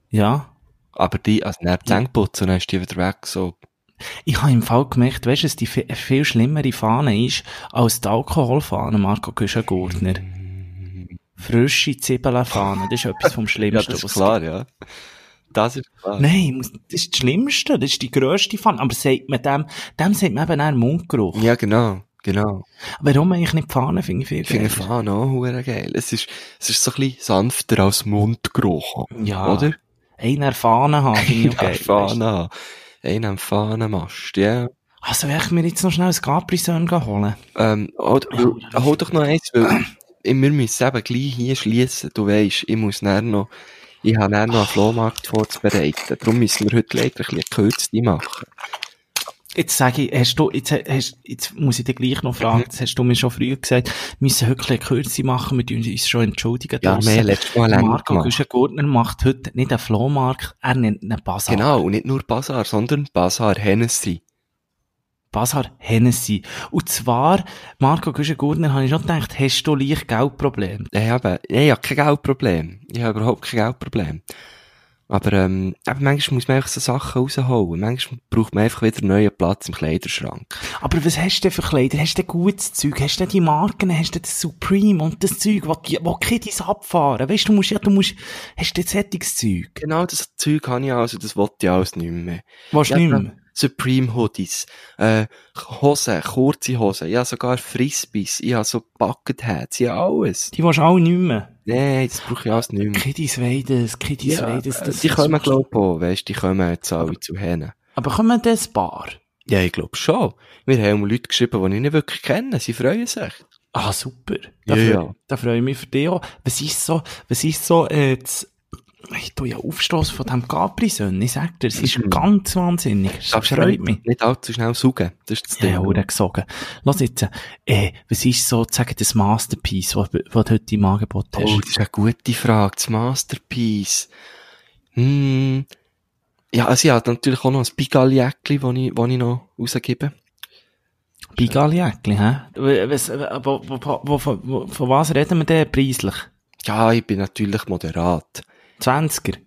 Speaker 3: ja.
Speaker 2: Aber die, also neben Zähneputzen, dann ist die wieder weg, so.
Speaker 3: Ich habe im Fall gemerkt, weißt du, dass die viel, viel schlimmere Fahne ist als die Alkoholfahne, Marco Güschen-Gurtner. Frische Zwiebelfahne, das ist etwas vom
Speaker 2: Ja,
Speaker 3: Schlimmsten,
Speaker 2: das ist
Speaker 3: was
Speaker 2: klar, ja. Das ist klar.
Speaker 3: Nein, muss- das ist das Schlimmste, das ist die grösste Pfanne. Aber sagt man dem, dem sagt man eben auch Mundgeruch.
Speaker 2: Ja, genau, genau.
Speaker 3: Warum eigentlich nicht Pfanne, finde ich viel
Speaker 2: Ich finde
Speaker 3: geiler.
Speaker 2: Fahne auch hure geil. Es ist, es ist so ein bisschen sanfter als Mundgeruch.
Speaker 3: Ja.
Speaker 2: Oder?
Speaker 3: Einer Fahne haben, finde ich auch
Speaker 2: Ja,
Speaker 3: geil. weisst du.
Speaker 2: Fahne. Einen am Fahnenmast, ja.
Speaker 3: Also, werde ich mir jetzt noch schnell ein Capri-Sön holen.
Speaker 2: Ähm, hol,
Speaker 3: Ja,
Speaker 2: hol doch noch eins, weil ich- wir müssen eben gleich hier schließen. Du weisst, ich muss dann noch, ich habe dann noch einen Flohmarkt vorzubereiten. Darum müssen wir heute leider ein bisschen kürzte machen.
Speaker 3: Jetzt sage ich, hast du, jetzt, hast, jetzt muss ich dich gleich noch fragen, das hast du mir schon früher gesagt, wir müssen heute eine Kürze machen, wir tun uns schon entschuldigen.
Speaker 2: Ja, wir
Speaker 3: draussen.
Speaker 2: haben letztes Mal länger
Speaker 3: Marco
Speaker 2: gemacht.
Speaker 3: Güschen-Gurtner macht heute nicht einen Flohmarkt, er nennt einen Basar.
Speaker 2: Genau, und nicht nur Basar, sondern Basar Hennessy.
Speaker 3: Basar Hennessy. Und zwar, Marco Güschen-Gurtner, habe ich schon gedacht, hast du leicht Geldprobleme?
Speaker 2: Ich habe, ich habe kein Geldproblem. Ich habe überhaupt kein Geldproblem. Aber, ähm, eben manchmal muss man einfach so Sachen rausholen. Manchmal braucht man einfach wieder einen neuen Platz im Kleiderschrank.
Speaker 3: Aber was hast du denn für Kleider? Hast du denn gutes Zeug? Hast du denn die Marken? Hast du denn das Supreme und das Zeug, wo, die, wo Kiddies abfahren? Weißt du, du musst ja, du musst, hast du denn solches Zeug?
Speaker 2: Genau das Zeug habe ich also, das wollte ich alles nicht mehr.
Speaker 3: Willst du
Speaker 2: Ja,
Speaker 3: nicht
Speaker 2: da-
Speaker 3: mehr?
Speaker 2: Supreme Hoodies, äh, Hosen, kurze Hosen, ja sogar Frisbees, ich habe so Bucket Hats, ja alles.
Speaker 3: Die willst du alle nicht mehr.
Speaker 2: Nee, das brauche ich alles nicht mehr.
Speaker 3: Kiddies wollen das, Kiddies wollen das.
Speaker 2: äh,
Speaker 3: das
Speaker 2: Mhm. die kommen,
Speaker 3: ist-
Speaker 2: glaube ich, auch, weisst, die kommen jetzt alle zu Henne.
Speaker 3: Aber kommen das Paar?
Speaker 2: Ja, ich glaube schon. Wir haben auch Leute geschrieben, die ich nicht wirklich kenne, sie freuen sich.
Speaker 3: Ah, super. Da,
Speaker 2: Ja,
Speaker 3: freu,
Speaker 2: ja.
Speaker 3: da freue ich mich für dich auch. Was ist so, was ist so, äh, das, ich tu ja Aufstoss von dem Capri-Sohn. Ich sag dir, es ist
Speaker 2: Mhm.
Speaker 3: ganz wahnsinnig. Das freut mich.
Speaker 2: Nicht allzu schnell saugen, das ist das
Speaker 3: Ja,
Speaker 2: Ding. Oh,
Speaker 3: Hure gesogen. Lass jetzt, äh, was ist sozusagen das Masterpiece, was, was du heute im Angebot hast?
Speaker 2: Oh, das ist eine gute Frage. Das Masterpiece. Hm. Ja, also ich habe natürlich auch noch ein Pigalle-Jäckli, das ich, das ich noch rausgebe.
Speaker 3: Bigali-Äckli, hä? Was, wo, wo, wo, wo, von- wo, von was reden wir denn preislich?
Speaker 2: Ja, ich bin natürlich moderat.
Speaker 3: 20er?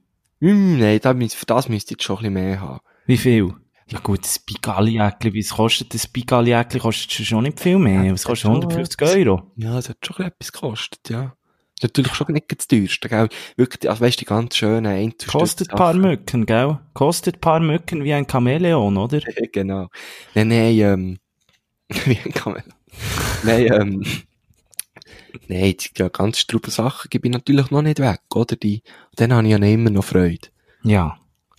Speaker 2: Hm, nein, da müsst, für das müsst ihr jetzt schon ein bisschen mehr haben.
Speaker 3: Wie viel? Ja gut, das Bigali-Äckli, was kostet das Bigali-Äckli? Kostet schon- schon nicht viel mehr. Was kostet
Speaker 2: schon-
Speaker 3: 150 Euro?
Speaker 2: Ja, es hat schon ein bisschen etwas gekostet, ja. Ist Natürlich schon nicht das teuerste, gell. Wirklich, also weißt du, die ganz schönen Einzelstücke.
Speaker 3: Kostet ein paar Mücken, gell? Kostet ein paar Mücken wie ein Chamäleon, oder?
Speaker 2: genau. Nein, nein, ähm, wie kann man, nein, ähm, nein, die ja, ganz strauben Sachen gebe ich natürlich noch nicht weg, oder? Die, dann habe ich ja nicht immer noch Freude.
Speaker 3: Ja.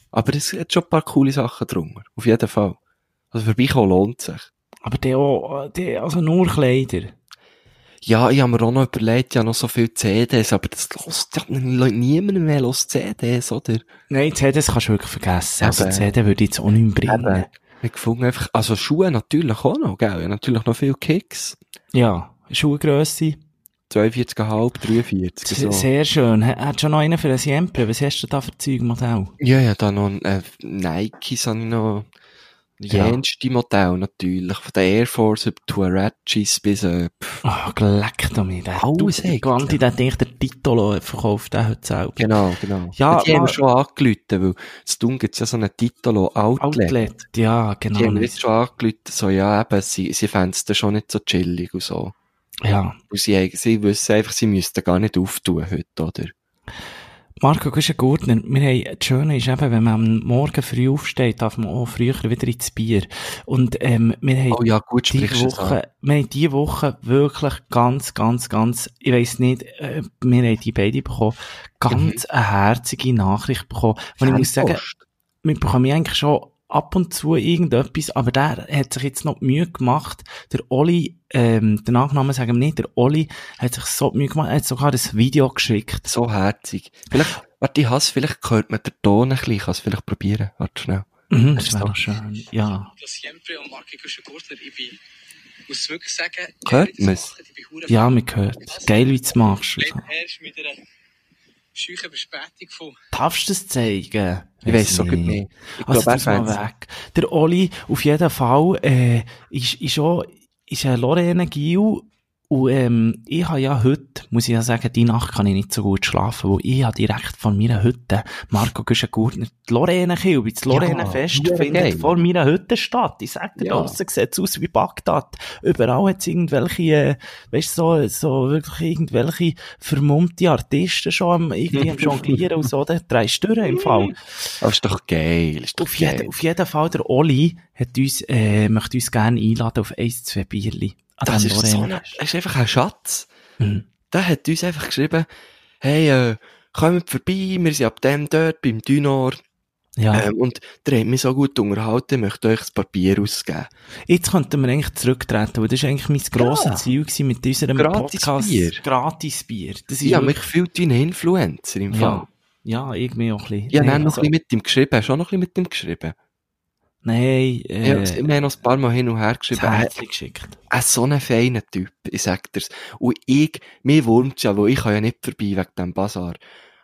Speaker 2: Aber es hat schon ein paar coole Sachen drunter. Auf jeden Fall. Also vorbeikommen lohnt sich.
Speaker 3: oh, Aber der, auch- der also nur Kleider.
Speaker 2: ja, ich habe mir auch noch überlegt, ja noch so viele CDs, aber das lost ja niemand mehr los CDs, oder?
Speaker 3: Nein, CDs kannst du wirklich vergessen. Also
Speaker 2: Eben.
Speaker 3: CD würde ich jetzt auch nicht mehr bringen.
Speaker 2: Eben. Ich gefunden einfach, also Schuhe natürlich auch noch, gell? Ich habe natürlich noch viel Kicks.
Speaker 3: Ja, Schuhgrösse.
Speaker 2: 42,5, 43, so.
Speaker 3: Sehr schön. H- Hat schon noch einen für ein Siempre. Was hast du da für Zeugmodell?
Speaker 2: Ja, ja, dann noch, äh, Nikes habe ich noch.
Speaker 3: Ja.
Speaker 2: Jenste Modell natürlich. Von der Air Force über Tuarachis bis, äh, pff,
Speaker 3: Ah, geleckt an mich. Der
Speaker 2: Alles
Speaker 3: Dude,
Speaker 2: echt.
Speaker 3: Quanti, der denkt, der Titolo verkauft den heute selber.
Speaker 2: genau, genau.
Speaker 3: Ja,
Speaker 2: die haben
Speaker 3: mal-
Speaker 2: wir schon angelüht, weil zu tun gibt's ja so einen Titel, Outlet.
Speaker 3: Outlet. Ja, genau.
Speaker 2: Die haben mir
Speaker 3: nice.
Speaker 2: jetzt schon angelüht, so, ja, eben, sie, sie fänden es schon nicht so chillig und so.
Speaker 3: Ja.
Speaker 2: Und sie, haben- sie wissen einfach, sie müssten gar nicht auftun heute, oder?
Speaker 3: Marco, du bist ein Gurtner. Wir haben, das Schöne ist eben, wenn man am Morgen früh aufsteht, darf man auch früher wieder ins Bier. Und, ähm, wir haben
Speaker 2: Oh ja, gut,
Speaker 3: die
Speaker 2: sprichst du es an.
Speaker 3: Woche, wir haben die Woche wirklich ganz, ganz, ganz, ich weiss nicht, äh, wir haben die beide bekommen, ganz eine herzige Nachricht bekommen. Und ich muss sagen,
Speaker 2: Fanpost.
Speaker 3: wir bekommen eigentlich schon ab und zu irgendetwas, aber der hat sich jetzt noch die Mühe gemacht, der Oli, ähm, den Nachnamen sagen wir nicht, der Oli hat sich so die Mühe gemacht, er hat sogar ein Video geschickt.
Speaker 2: So herzig. Vielleicht, warte, ich has, vielleicht hört man den Ton ein bisschen, ich kann es vielleicht probieren. Warte schnell.
Speaker 3: Mhm, das
Speaker 2: ist
Speaker 3: wäre
Speaker 2: doch-
Speaker 3: doch schön, ja.
Speaker 4: Das Siempre und Marco Gurtner, ich bin, muss wirklich sagen,
Speaker 2: Hört
Speaker 4: ich
Speaker 2: man's?
Speaker 4: mache, ich bin hure
Speaker 3: Ja, mir gehört. Geil, wie du es machst.
Speaker 4: froh.
Speaker 3: Also.
Speaker 4: Leider herrscht mit einer scheuchen Verspätung von
Speaker 3: Darfst du das zeigen?
Speaker 2: Ich weiss so gut nicht. Ich
Speaker 3: Also,
Speaker 2: glaub,
Speaker 3: das mal
Speaker 2: fänd's-
Speaker 3: weg. Der Oli, auf jeden Fall, äh, ist, ist auch, ist eine Lorena Gil. Und, ähm, ich habe ja heute, muss ich ja sagen, die Nacht kann ich nicht so gut schlafen, weil ich habe direkt vor meiner Hütte, Marco Güschen-Gurtner, die Lorena Kilby, das Lorena Fest
Speaker 2: ja,
Speaker 3: findet
Speaker 2: geil.
Speaker 3: vor meiner Hütte statt. Ich sag dir,
Speaker 2: Ja.
Speaker 3: draussen sieht's aus wie Bagdad. Überall hat's irgendwelche, äh, weißt du, so, so wirklich irgendwelche vermummte Artisten schon am, irgendwie am Jonglieren und so, da drehst du durch im Fall.
Speaker 2: Aber ist doch geil. Ist doch
Speaker 3: Auf jeden,
Speaker 2: geil.
Speaker 3: auf jeden Fall, der Oli hat uns, äh, möchte uns gerne einladen auf ein, zwei Bierli. An
Speaker 2: Das
Speaker 3: dem
Speaker 2: ist so
Speaker 3: Lorena-
Speaker 2: ein, ist einfach ein Schatz.
Speaker 3: Mhm.
Speaker 2: Der hat uns einfach geschrieben, hey, äh, kommt vorbei, wir sind ab dem dort, beim Dünor,
Speaker 3: Ja.
Speaker 2: ähm, und der hat mich so gut unterhalten, ich möchte euch das Papier ausgeben.
Speaker 3: Jetzt könnten wir eigentlich zurücktreten, weil das ist eigentlich mein grosses Ziel gewesen mit unserem
Speaker 2: Gratis
Speaker 3: Podcast.
Speaker 2: Bier.
Speaker 3: Gratis Bier. Das ist
Speaker 2: Ich habe mich
Speaker 3: wirklich,
Speaker 2: gefühlt wie ein Influencer im Fall.
Speaker 3: ja. Ja, irgendwie auch ein bisschen.
Speaker 2: Ich habe dann noch
Speaker 3: also-
Speaker 2: ein bisschen mit ihm geschrieben, hast du auch noch ein bisschen mit ihm geschrieben?
Speaker 3: Nein, äh,
Speaker 2: Ja, wir haben noch ein paar Mal hin und her
Speaker 3: das
Speaker 2: geschrieben. Er-
Speaker 3: Herzchen geschickt.
Speaker 2: Ein so ein feiner Typ, ich sag dir's. Und ich, mir wurmt ja, weil ich kann ja nicht vorbei wegen dem Bazar.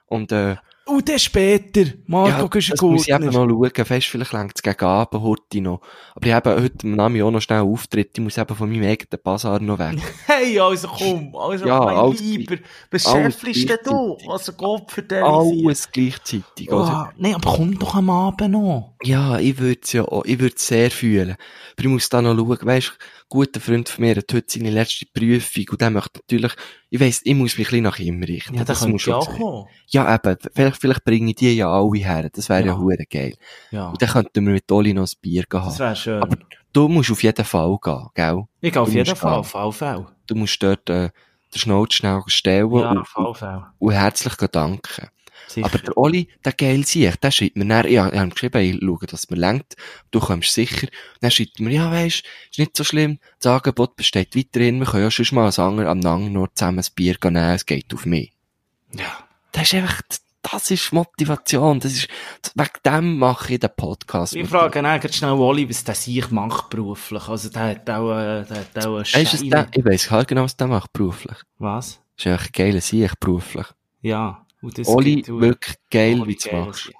Speaker 2: Und, äh,
Speaker 3: Und dann später,
Speaker 2: ja,
Speaker 3: Marco
Speaker 2: Oh, das muss ich eben
Speaker 3: Güschen-Gurtner.
Speaker 2: noch schauen. Fest, vielleicht längt es gegen Abend heute noch. Aber ich habe heute am Nami auch noch schnell einen Auftritt. Ich muss eben von meinem eigenen Bazar noch weg.
Speaker 3: Hey, also komm, also
Speaker 2: Ja,
Speaker 3: mein
Speaker 2: alles-
Speaker 3: Lieber, beschäftigst denn du?
Speaker 2: gleichzeitig.
Speaker 3: Also Gott für den
Speaker 2: Alles gleichzeitig, oder?
Speaker 3: Ah, nein, aber komm doch am Abend noch.
Speaker 2: Ja, ich würde ja auch, ich würde sehr fühlen. Aber ich muss da noch schauen, weisst, ein guter Freund von mir hat heute seine letzte Prüfung und der möchte natürlich, ich weiss, ich muss mich ein bisschen nach ihm richten.
Speaker 3: Ja, da
Speaker 2: das
Speaker 3: könntest
Speaker 2: muss
Speaker 3: du
Speaker 2: schon
Speaker 3: auch
Speaker 2: sein.
Speaker 3: kommen.
Speaker 2: Ja, eben, vielleicht, vielleicht bringe ich die ja alle her. Das wäre ja,
Speaker 3: Ja.
Speaker 2: hure geil.
Speaker 3: Ja,
Speaker 2: Und dann könnten wir mit Oli noch ein Bier gehen
Speaker 3: das
Speaker 2: haben.
Speaker 3: wäre schön.
Speaker 2: Aber du musst auf jeden Fall gehen, gell?
Speaker 3: ich gehe auf
Speaker 2: du
Speaker 3: jeden
Speaker 2: musst
Speaker 3: Fall,
Speaker 2: gehen.
Speaker 3: VV.
Speaker 2: Du musst dort äh, den Schnauz schnell stellen
Speaker 3: Ja,
Speaker 2: und,
Speaker 3: VV.
Speaker 2: und herzlich danken.
Speaker 3: Sicher.
Speaker 2: Aber der Oli, der geil sich, der schreibt mir dann, ja, ich habe ihm geschrieben, ich schaue, dass mir lenkt, du kommst sicher. Und dann schreibt er mir, ja weisst, ist nicht so schlimm, das Angebot besteht weiterhin, wir können ja schon mal einen anderen am Nang noch zusammen ein Bier gehen nehmen, es geht auf mich.
Speaker 3: ja.
Speaker 2: Das ist einfach, das ist Motivation, das ist, wegen dem mache ich den Podcast.
Speaker 3: Wir
Speaker 2: mit
Speaker 3: fragen eigentlich schnell Oli, was der sich macht beruflich. Also der hat auch, äh, der hat auch eine
Speaker 2: dir. Weisst du, was
Speaker 3: Scheine.
Speaker 2: der- ich weiss gar genau, was der macht beruflich.
Speaker 3: Was?
Speaker 2: Das ist einfach ein geiler Sieg beruflich.
Speaker 3: Ja. Und das
Speaker 2: Oli,
Speaker 3: gibt auch-
Speaker 2: wirklich geil,
Speaker 3: um- Oli,
Speaker 2: wie du
Speaker 3: geil.
Speaker 2: machst.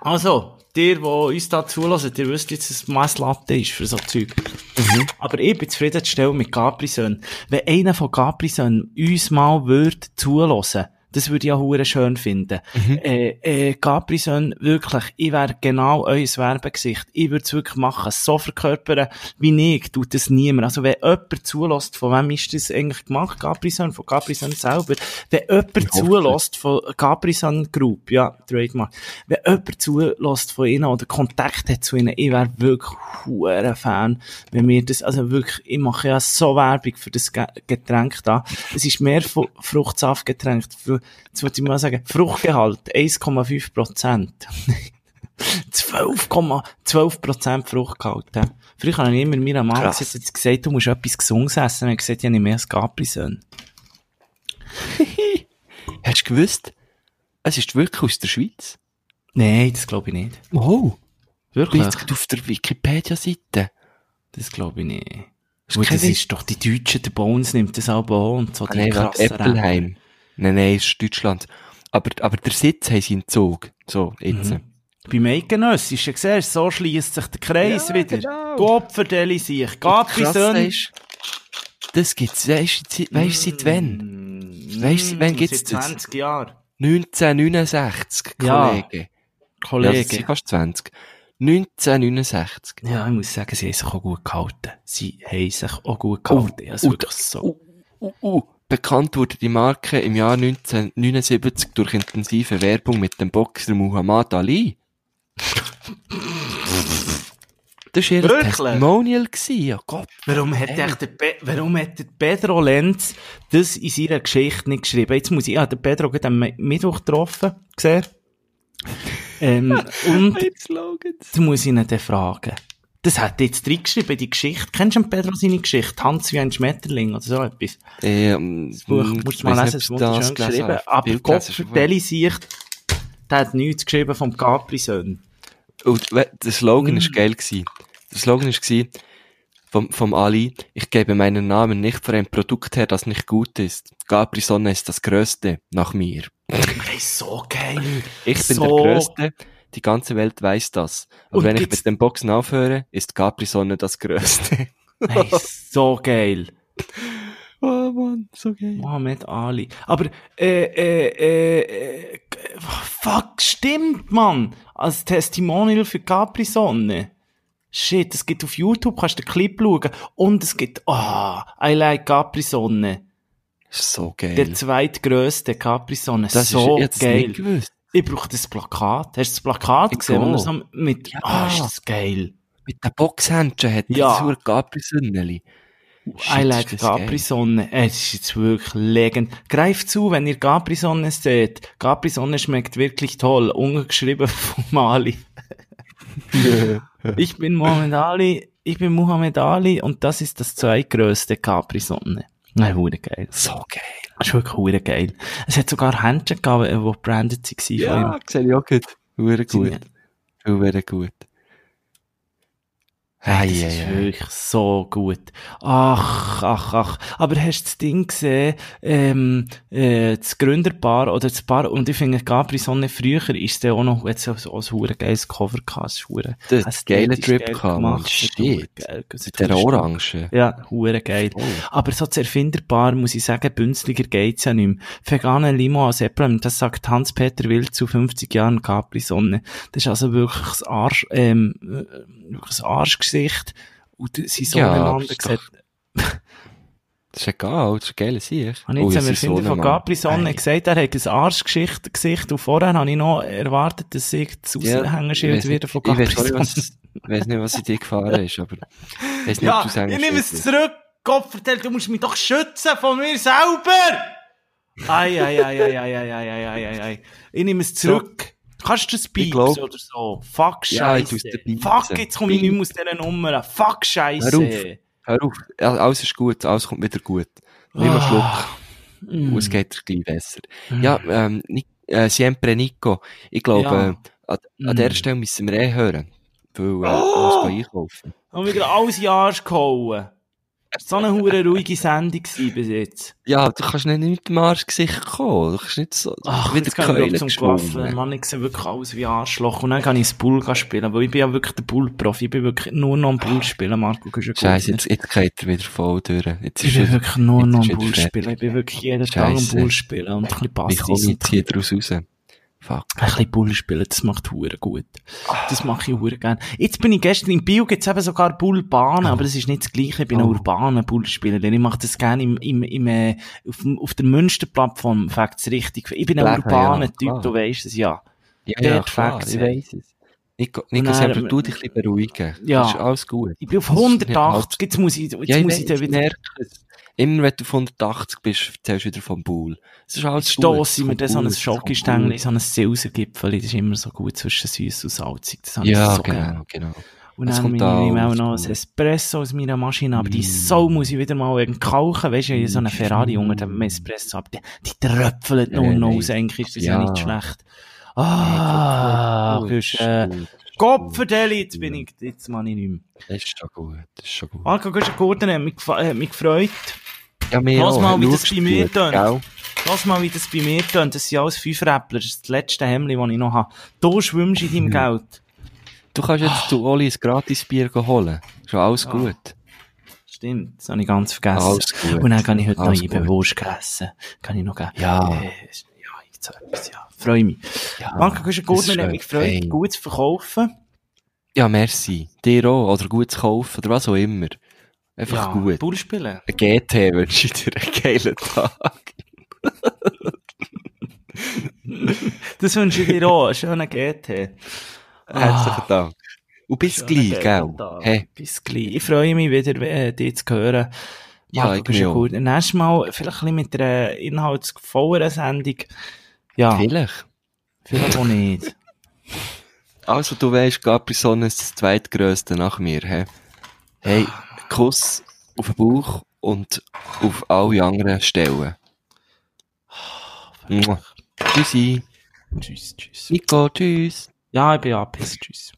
Speaker 3: Also, ihr, die uns da zulassen, ihr wisst jetzt, dass mein Latte ist für so Zeug.
Speaker 2: Mhm.
Speaker 3: Aber ich bin zufriedengestellt mit Capri-Söhnen. Wenn einer von Capri-Söhnen uns mal würde zulassen, das würde ich ja hure schön finden.
Speaker 2: Mhm.
Speaker 3: Äh, äh, Capri-Söhne, wirklich, ich wäre genau euer Werbegesicht. Ich würde es wirklich machen. So verkörpern wie ich, tut das niemand. Also wenn jemand zulässt, von wem ist das eigentlich gemacht? Capri-Söhne, von Capri-Söhne selber. Wenn jemand
Speaker 2: hoffe,
Speaker 3: zulässt, zulässt von Capri-Sun Group, ja, Trademark, wenn jemand zulässt von ihnen oder Kontakt hat zu ihnen, ich wäre wirklich ein Fan, wenn wir das, also wirklich, ich mache ja so Werbung für das Ge- Getränk da. Es ist mehr Fu- Fruchtsaftgetränk, Fru- jetzt wollte ich mal sagen, Fruchtgehalt 1,5 Prozent. 12,12% 12 Fruchtgehalt. hä? Früher habe ich immer meiner Mann
Speaker 2: Krass.
Speaker 3: gesagt, jetzt gesagt, du musst etwas Gesundes essen. Und er hat gesagt, ich habe nicht mehr ein Capri-Sonne.
Speaker 2: Hast du gewusst, es ist wirklich aus der Schweiz?
Speaker 3: Nein, das glaube ich nicht.
Speaker 2: Oh, ich bin
Speaker 3: Wirklich?
Speaker 2: jetzt gerade auf der Wikipedia-Seite.
Speaker 3: Das glaube ich nicht.
Speaker 2: Ist
Speaker 3: Gut,
Speaker 2: kein
Speaker 3: das
Speaker 2: Witz.
Speaker 3: ist doch die Deutschen, der Bones nimmt das auch an und so
Speaker 2: Ah,
Speaker 3: die
Speaker 2: nein, warte,
Speaker 3: krassen Rapper.
Speaker 2: Eppelheim. Nein, nein, ist Deutschland. Aber, aber der Sitz haben sie in Zug. So, jetzt.
Speaker 3: Mhm. Beim Eidgenössischen, siehst du, so schließt sich der Kreis
Speaker 2: Ja,
Speaker 3: wieder.
Speaker 2: genau.
Speaker 3: Gopferdeli sich, Capri-Sonne.
Speaker 2: ist, das gibt's, weißt du, weißt
Speaker 3: Mm.
Speaker 2: du, seit wann?
Speaker 3: wann?
Speaker 2: Weißt du, seit wann gibt's
Speaker 3: Mm, Seit
Speaker 2: das?
Speaker 3: 20 Jahren.
Speaker 2: 1969,
Speaker 3: Ja,
Speaker 2: Kollege. Ja, das sind
Speaker 3: Kollege.
Speaker 2: fast 20. 1969.
Speaker 3: Ja, ich muss sagen, sie haben sich auch gut gehalten. Sie haben sich auch gut gehalten. ja, das
Speaker 2: oh,
Speaker 3: ist wirklich so.
Speaker 2: Uh, uh, uh. Bekannt wurde die Marke im Jahr 1979 durch intensive Werbung mit dem Boxer Muhammad Ali. Das war ihr
Speaker 3: Wirklich?
Speaker 2: Testimonial. Gewesen. Ja, Gott.
Speaker 3: Warum hat,
Speaker 2: Hey.
Speaker 3: echt der Pe- warum hat der Pedro Lenz das in seiner Geschichte nicht geschrieben? Jetzt muss ich, ja, der Pedro gerade am Mi- Mittwoch getroffen, gesehen. Ähm, und
Speaker 2: Slogans.
Speaker 3: jetzt muss ich ihn dann fragen. Das hat jetzt reingeschrieben, die Geschichte. Kennst du den Pedro seine Geschichte? Hans wie ein Schmetterling oder so etwas?
Speaker 2: Ähm,
Speaker 3: Das Buch musst du mal lesen, es ist wunderschön geschrieben. Aber Gott für Delisicht, der hat nichts geschrieben vom Capri-Sohn.
Speaker 2: Und we- der Slogan
Speaker 3: Mm.
Speaker 2: war geil. Gewesen. Der Slogan war vom, vom Ali, ich gebe meinen Namen nicht für ein Produkt her, das nicht gut ist. Capri Sonne ist das Größte nach mir.
Speaker 3: Ey, so geil.
Speaker 2: Ich bin
Speaker 3: So.
Speaker 2: der Größte, die ganze Welt weiß das. Aber
Speaker 3: Und
Speaker 2: wenn ich
Speaker 3: gibt's-
Speaker 2: mit dem Boxen aufhöre, ist Capri Sonne das Größte.
Speaker 3: Ey, so geil.
Speaker 2: oh Mann, so geil.
Speaker 3: Mohammed Ali. Aber, äh, äh, äh, äh, fuck, stimmt, Mann. Als Testimonial für Capri-Sonne. Shit, es gibt auf YouTube, kannst du den Clip schauen. Und es gibt, ah, I like Capri-Sonne.
Speaker 2: So geil.
Speaker 3: Der zweitgrößte Capri-Sonne.
Speaker 2: das
Speaker 3: so
Speaker 2: ist jetzt
Speaker 3: geil.
Speaker 2: nicht gewusst.
Speaker 3: Ich brauche das Plakat. Hast du das Plakat
Speaker 2: Ich
Speaker 3: gesehen?
Speaker 2: auch.
Speaker 3: wo er so mit,
Speaker 2: Ja.
Speaker 3: ah, ist das geil.
Speaker 2: Mit den Boxhändchen hat
Speaker 3: Ja.
Speaker 2: ja. das verdammt Capri Sonneli.
Speaker 3: I like Capri-Sonne. Es ist jetzt wirklich legend. Greift zu, wenn ihr Capri-Sonne seht. Capri-Sonne schmeckt wirklich toll. Ungeschrieben von Mali. ich bin Mohammed Ali. Ich bin Mohammed Ali und das ist das zweitgrößte Capri-Sonne. Nein, hure geil.
Speaker 2: So geil.
Speaker 3: Das ist wirklich hure geil. Es hat sogar Händchen gegeben, äh, die branded waren.
Speaker 2: Ja, sehe ich auch gut. Hure
Speaker 3: Sind
Speaker 2: gut. Hure gut. Hey,
Speaker 3: Das ist wirklich so gut. Ach, ach, ach. Aber hast du das Ding gesehen, ähm, äh, das Gründerpaar oder das Paar, und ich finde, Gabri Sonne früher ist der auch noch, jetzt auch so ein hure geiles Cover gehabt, das ist hure-
Speaker 2: Das hat geile
Speaker 3: ästhetisch geil
Speaker 2: Trip gehabt, man.
Speaker 3: gemacht, das ist hure
Speaker 2: Shit.
Speaker 3: geil. Das ist
Speaker 2: Mit der
Speaker 3: hure stark.
Speaker 2: Orange.
Speaker 3: Ja, hure geil.
Speaker 2: Oh.
Speaker 3: Aber so zu erfinderbar, muss ich sagen, bünzliger geht's ja nicht mehr. Vegane Limo aus Äpfeln, das sagt Hans-Peter Wild zu 50 Jahren Capri-Sonne. Das ist also wirklich das Arsch, ähm, äh, wirklich das Arschgesicht. Und sein
Speaker 2: Ja,
Speaker 3: Sohnemann
Speaker 2: aber
Speaker 3: ja,
Speaker 2: ist
Speaker 3: gesagt,
Speaker 2: Das ist egal, das ist ein geiler Sieg.
Speaker 3: und jetzt haben wir Finder von Capri-Sonne
Speaker 2: Hey.
Speaker 3: gesagt, er hat ein Arschgesicht, Gesicht. Und vorher habe ich noch erwartet, dass ich das Aushängeschild wieder von Capri-Sonne.
Speaker 2: Ich weiß nicht, was in dir gefahren ist, aber ich weiss nicht,
Speaker 3: Ja,
Speaker 2: ob du
Speaker 3: ich
Speaker 2: sagen
Speaker 3: nehme es zurück. Gott vertellt, du musst mich doch schützen von mir selber. Ei, ei, ei, ei, ei, ei, ei, ei, ei, ei, ei. Ich nehme es zurück. Kannst du das Beeps
Speaker 2: glaub-
Speaker 3: oder so? Fuck,
Speaker 2: Ja, ich
Speaker 3: Scheiße.
Speaker 2: tu's dir beepsen.
Speaker 3: Fuck, jetzt komme ich nicht
Speaker 2: Beep.
Speaker 3: mehr aus dieser Nummer. Fuck, Scheiße.
Speaker 2: Hör Hör auf, Ja, alles ist gut, alles kommt wieder gut. Nimm einen
Speaker 3: Ah. Mm.
Speaker 2: Schluck, und es geht dir gleich besser. Ja, ähm, Ni- äh, Siempre Nico, ich glaube,
Speaker 3: Ja.
Speaker 2: äh, an,
Speaker 3: Mm.
Speaker 2: an der Stelle müssen wir eh hören, weil äh,
Speaker 3: Oh.
Speaker 2: oh. uns einkaufen.
Speaker 3: Und wieder alles in den Arsch gehauen. So eine hure ruhige Sendung war bis jetzt.
Speaker 2: Ja, du kannst nicht mit dem Arschgesicht kommen, du kannst nicht so
Speaker 3: Ach, wieder jetzt kann ich
Speaker 2: Keulen
Speaker 3: wieder zum
Speaker 2: geschwungen.
Speaker 3: Gewaffeln. Mann, ich sehe wirklich aus wie Arschloch. Und dann kann ich das Bull gehen spielen, weil ich bin ja wirklich der Bull-Profi. Ich bin wirklich nur noch am Bull spielen, Marco. Du bist ja gut.
Speaker 2: Ah. Scheiße, jetzt, jetzt geht er wieder voll durch. Jetzt
Speaker 3: Ich
Speaker 2: ist
Speaker 3: bin
Speaker 2: er,
Speaker 3: wirklich nur
Speaker 2: jetzt
Speaker 3: noch am
Speaker 2: ist er
Speaker 3: Bull
Speaker 2: fertig.
Speaker 3: spielen. Ich bin wirklich jeden Tag am
Speaker 2: Scheisse.
Speaker 3: Bull spielen und ein bisschen
Speaker 2: wie
Speaker 3: Bastis.
Speaker 2: komme ich
Speaker 3: und
Speaker 2: jetzt hier draus raus? Fuck.
Speaker 3: Ein bisschen Bull spielen, das macht hure gut. Das mache ich hure gern. Jetzt bin ich gestern im Bio, gibt's eben sogar Bullbahnen,
Speaker 2: Ah.
Speaker 3: aber das ist nicht das Gleiche. Ich bin ein
Speaker 2: Oh.
Speaker 3: urbaner Bullspieler, denn ich mache das gerne im, im, im, äh, auf, dem- auf der Münsterplattform. Fängt's richtig. Ich bin ein
Speaker 2: Blechen,
Speaker 3: urbaner
Speaker 2: ja,
Speaker 3: Typ,
Speaker 2: klar.
Speaker 3: du weißt es ja.
Speaker 2: Ja,
Speaker 3: Der
Speaker 2: ja,
Speaker 3: hat
Speaker 2: klar,
Speaker 3: Facts,
Speaker 2: ich
Speaker 3: ey.
Speaker 2: weiss es. Nico, Nico
Speaker 3: dann-
Speaker 2: selber, du dich ein bisschen beruhigen.
Speaker 3: eh, Ja.
Speaker 2: Das ist alles gut.
Speaker 3: Ich bin auf
Speaker 2: Das ist nicht
Speaker 3: 180, jetzt muss ich, jetzt
Speaker 2: Halt. Ja, ich
Speaker 3: muss ich
Speaker 2: weiss,
Speaker 3: dann
Speaker 2: ich
Speaker 3: wieder...
Speaker 2: merke es. Immer wenn du auf 180 bist, erzählst du wieder vom Bull. Es ist alles
Speaker 3: Stoße mir
Speaker 2: Vom
Speaker 3: dann so ein
Speaker 2: Buhl, vom
Speaker 3: Schokostängel,
Speaker 2: Buhl.
Speaker 3: so ein Silsergipfel, das ist immer so gut zwischen süß und salzig. Das habe ich
Speaker 2: Ja,
Speaker 3: so gerne.
Speaker 2: genau, genau.
Speaker 3: Und
Speaker 2: Es
Speaker 3: dann
Speaker 2: kommt
Speaker 3: nehme ich
Speaker 2: auch
Speaker 3: mir auch
Speaker 2: auf
Speaker 3: noch
Speaker 2: die
Speaker 3: ein Espresso aus meiner Maschine, aber die
Speaker 2: Mm.
Speaker 3: Sau muss ich wieder mal wegen kauchen, weißt du, ich habe so einen Ferrari unter dem Espresso, aber die, die tröpfelt noch
Speaker 2: Nein,
Speaker 3: und noch
Speaker 2: Äh, nein.
Speaker 3: aus, eigentlich ist das
Speaker 2: Ja.
Speaker 3: ja, nicht schlecht. Ah,
Speaker 2: Gut,
Speaker 3: ist, äh,
Speaker 2: gut, ist
Speaker 3: Gott
Speaker 2: gut.
Speaker 3: verdammt, jetzt bin ich, jetzt mache ich nicht mehr.
Speaker 2: Das ist schon gut, das ist schon gut.
Speaker 3: Marco, gehst du gut, hat mich, gef- hat mich gefreut.
Speaker 2: Ja, mir
Speaker 3: Lass
Speaker 2: auch.
Speaker 3: mal, wie das
Speaker 2: Schaust
Speaker 3: bei mir
Speaker 2: gut,
Speaker 3: tönt.
Speaker 2: gell?
Speaker 3: Lass mal, wie das bei mir tönt, das sind alles fünf Rappler, das ist das letzte Hemd, das ich noch habe. Du schwimmst in
Speaker 2: Mhm.
Speaker 3: deinem Geld.
Speaker 2: Du kannst jetzt zu Oli ein Gratisbier gehen holen. Schon alles
Speaker 3: Ah.
Speaker 2: gut.
Speaker 3: Stimmt, das habe ich ganz vergessen.
Speaker 2: Alles gut.
Speaker 3: Und dann kann ich heute
Speaker 2: Alles
Speaker 3: noch
Speaker 2: gut.
Speaker 3: eine Wurst essen. Kann ich noch geben.
Speaker 2: Ja.
Speaker 3: Äh, ja, ich so etwas, ja. Freue mich.
Speaker 2: Ja,
Speaker 3: Danke, du
Speaker 2: das
Speaker 3: gut,
Speaker 2: ist
Speaker 3: man hat
Speaker 2: schön.
Speaker 3: mich gefreut,
Speaker 2: Hey.
Speaker 3: gut zu verkaufen.
Speaker 2: Ja, merci. Dir auch. Oder gut zu kaufen. Oder was auch immer. Einfach
Speaker 3: ja,
Speaker 2: gut.
Speaker 3: Bull spielen.
Speaker 2: Ein GT wünsche ich dir einen geilen Tag.
Speaker 3: Das wünsche ich dir auch. Einen Schönen GT.
Speaker 2: Ah.
Speaker 3: Ah.
Speaker 2: Herzlichen Dank. Und bis gleich, gell? Hey,
Speaker 3: Bis gleich. Ich freue mich wieder, äh, dich zu hören.
Speaker 2: Ja,
Speaker 3: Marco,
Speaker 2: ich
Speaker 3: bist
Speaker 2: mich
Speaker 3: du
Speaker 2: auch.
Speaker 3: gut. Nächstes Mal vielleicht ein bisschen mit einer inhaltsvolleren Sendung. Ja,
Speaker 2: vielleicht.
Speaker 3: vielleicht auch nicht.
Speaker 2: Also, du weisst, Capri-Sonne ist das zweitgrößte nach mir, hä? Hey, Kuss auf den Bauch und auf alle anderen Stellen. Mua. Tschüssi.
Speaker 3: tschüss, tschüss.
Speaker 2: Nico, tschüss.
Speaker 3: Ja, ich bin abgepisst. Tschüss.